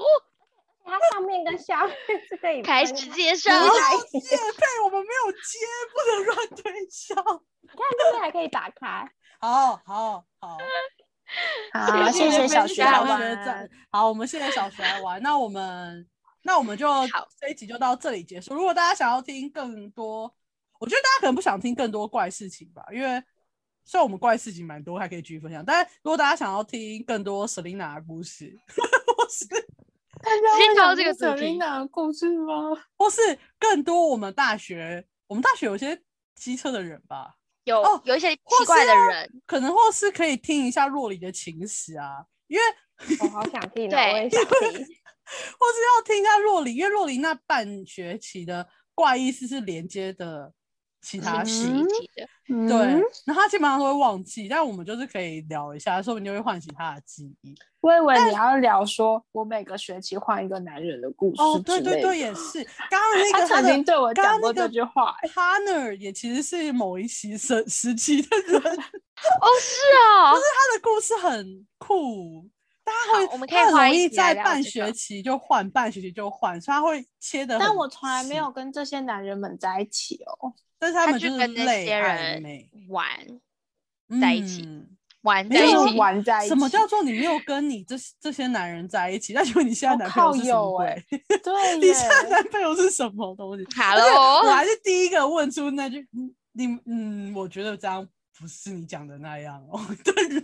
Speaker 7: 它上面跟下面是可以
Speaker 1: 开
Speaker 7: 分
Speaker 1: 始
Speaker 7: 开
Speaker 1: 介绍。
Speaker 4: 哦
Speaker 3: 哦叶配我们没有接，不能乱推销。
Speaker 7: 这边还可以打开。
Speaker 3: 好好好，
Speaker 4: 好，
Speaker 1: 谢
Speaker 4: 啊谢
Speaker 1: 谢
Speaker 4: 谢小
Speaker 1: 分
Speaker 4: 徐
Speaker 1: 享
Speaker 4: 来
Speaker 3: 小
Speaker 1: 啊
Speaker 4: 玩，
Speaker 3: 学长。好，我们谢谢小学来玩。那我们那我们就
Speaker 1: 好
Speaker 3: 这一集就到这里结束。如果大家想要听更多，我觉得大家可能不想听更多怪事情吧，因为虽然我们怪事情蛮多，还可以继续分享。但如果大家想要听更多 Selina 的故事，或是
Speaker 4: 大
Speaker 1: 直接跳到这个主
Speaker 4: 小
Speaker 1: 题
Speaker 4: 琳娜的故事吗？
Speaker 3: 或是更多我们大学，我们大学有些机车的人吧，哦
Speaker 1: 有有一些
Speaker 3: 或
Speaker 1: 奇怪
Speaker 3: 是
Speaker 1: 的
Speaker 4: 哦
Speaker 3: 要
Speaker 1: 人，
Speaker 3: 可能或是可以听一下若离的情史啊，因为
Speaker 7: 我好想听
Speaker 1: 对
Speaker 7: 哦，我也想听。
Speaker 3: 或是要听一下若离，因为若离那半学期的怪异事是连接的其
Speaker 1: 是
Speaker 3: 他
Speaker 1: 是
Speaker 3: 事。
Speaker 1: 一体的。
Speaker 4: 嗯
Speaker 3: 对，然后他基本上都会忘记，但我们就是可以聊一下，说不定就会唤醒他的记忆。
Speaker 4: 我以为你要聊说我每个学期换一个男人的故事
Speaker 3: 哦，对
Speaker 4: 之
Speaker 3: 对
Speaker 4: 类
Speaker 3: 对，
Speaker 4: 的
Speaker 3: 也是。刚刚那
Speaker 4: 他
Speaker 3: 个
Speaker 4: 曾
Speaker 3: 的
Speaker 4: 经对我讲
Speaker 3: 刚刚
Speaker 4: 过
Speaker 3: 那
Speaker 4: 这
Speaker 3: 个
Speaker 4: 句话，
Speaker 3: partner 也其实是某一期时时期的人， 他的
Speaker 1: 哦，是哦，
Speaker 3: 故事很酷。大家
Speaker 1: 好
Speaker 3: 会，
Speaker 1: 我们可
Speaker 3: 他
Speaker 1: 以
Speaker 3: 很
Speaker 1: 花
Speaker 3: 容
Speaker 1: 一
Speaker 3: 易
Speaker 1: 集来
Speaker 3: 在
Speaker 1: 聊
Speaker 3: 半
Speaker 1: 这个
Speaker 3: 学期就换，半学期就换，所以他会切的。
Speaker 4: 但我从来没有，跟这些男人们在一起 哦。
Speaker 3: 但是他
Speaker 1: 他
Speaker 3: 们
Speaker 1: 去
Speaker 3: 就是
Speaker 1: 跟那
Speaker 3: 类
Speaker 1: 些
Speaker 3: 暧
Speaker 1: 人
Speaker 3: 昧，
Speaker 4: 嗯
Speaker 1: 玩在一起
Speaker 3: 嗯
Speaker 1: 玩
Speaker 3: 没
Speaker 1: 在一
Speaker 3: 有
Speaker 1: 起，
Speaker 4: 玩在一起，
Speaker 3: 什么叫做你没有跟你这这些男人在一起？那请问你现在
Speaker 4: 我
Speaker 3: 男朋友
Speaker 4: 靠
Speaker 3: 是什么
Speaker 4: 有
Speaker 3: 鬼？
Speaker 4: 欸对
Speaker 3: 你
Speaker 4: 耶？
Speaker 3: 现在男朋友是什么东西
Speaker 1: 哈
Speaker 3: 而且我
Speaker 1: 喽，
Speaker 3: 还是第一个问出那句，嗯你嗯，我觉得这样不是你讲的那样哦的人，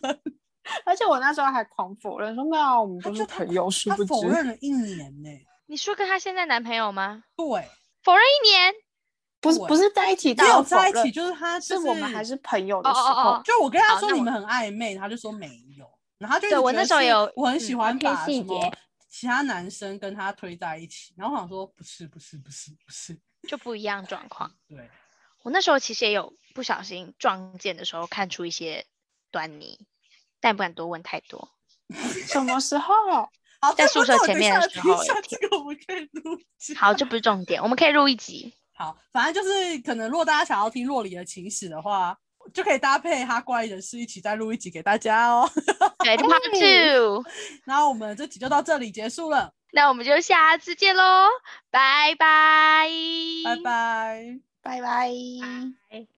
Speaker 4: 而且我那时候还狂否认说没有啊，我们
Speaker 3: 他
Speaker 4: 都
Speaker 3: 就是他
Speaker 4: 朋友，殊
Speaker 3: 他
Speaker 4: 不
Speaker 3: 否
Speaker 4: 知
Speaker 3: 认了一年呢、
Speaker 1: 你说跟她现在男朋友吗？
Speaker 3: 对，
Speaker 1: 否认一年，
Speaker 4: 不是
Speaker 3: 我
Speaker 4: 不是在一起到
Speaker 3: 没有
Speaker 4: 否
Speaker 3: 在一
Speaker 4: 认
Speaker 3: 起，就是他、
Speaker 4: 是
Speaker 3: 就是
Speaker 4: 我们还是朋友
Speaker 1: 哦
Speaker 4: 的时
Speaker 1: 哦
Speaker 4: 候
Speaker 1: 哦，
Speaker 3: 就我跟他
Speaker 1: 好
Speaker 3: 说
Speaker 1: 那
Speaker 3: 你
Speaker 1: 我
Speaker 3: 们很暧昧，他就说没有，然后他就一
Speaker 1: 对
Speaker 3: 直
Speaker 1: 我
Speaker 3: 觉
Speaker 1: 那
Speaker 3: 得
Speaker 1: 时候
Speaker 3: 是
Speaker 1: 有
Speaker 3: 我很喜
Speaker 1: 嗯
Speaker 3: 欢
Speaker 7: 偏
Speaker 3: 把
Speaker 7: 细
Speaker 3: 什么
Speaker 7: 节
Speaker 3: 其他男生跟他推在一起，然后我想说不是不是不是不是，
Speaker 1: 就不一样状况。
Speaker 3: 对，
Speaker 1: 我那时候其实也有不小心撞见的时候看出一些端倪，但不敢多问太多。
Speaker 4: 什么时候？
Speaker 3: 好，
Speaker 1: 在
Speaker 3: 这
Speaker 1: 宿
Speaker 3: 不
Speaker 1: 舍
Speaker 3: 重
Speaker 1: 前
Speaker 3: 点
Speaker 1: 面的
Speaker 3: 下
Speaker 1: 时
Speaker 3: 听
Speaker 1: 候
Speaker 3: 一下
Speaker 1: 有
Speaker 3: 这个我们可以录制。
Speaker 1: 好，这不是重点，我们可以录一集。
Speaker 3: 好，反正就是可能，如果大家想要听洛里的情史的话，就可以搭配他怪异的事一起再录一集给大家哦。
Speaker 1: 对，Part Two，
Speaker 3: 那我们这集就到这里结束了，
Speaker 1: 那我们就下次见喽，拜拜，
Speaker 3: 拜拜。啊
Speaker 4: 拜拜。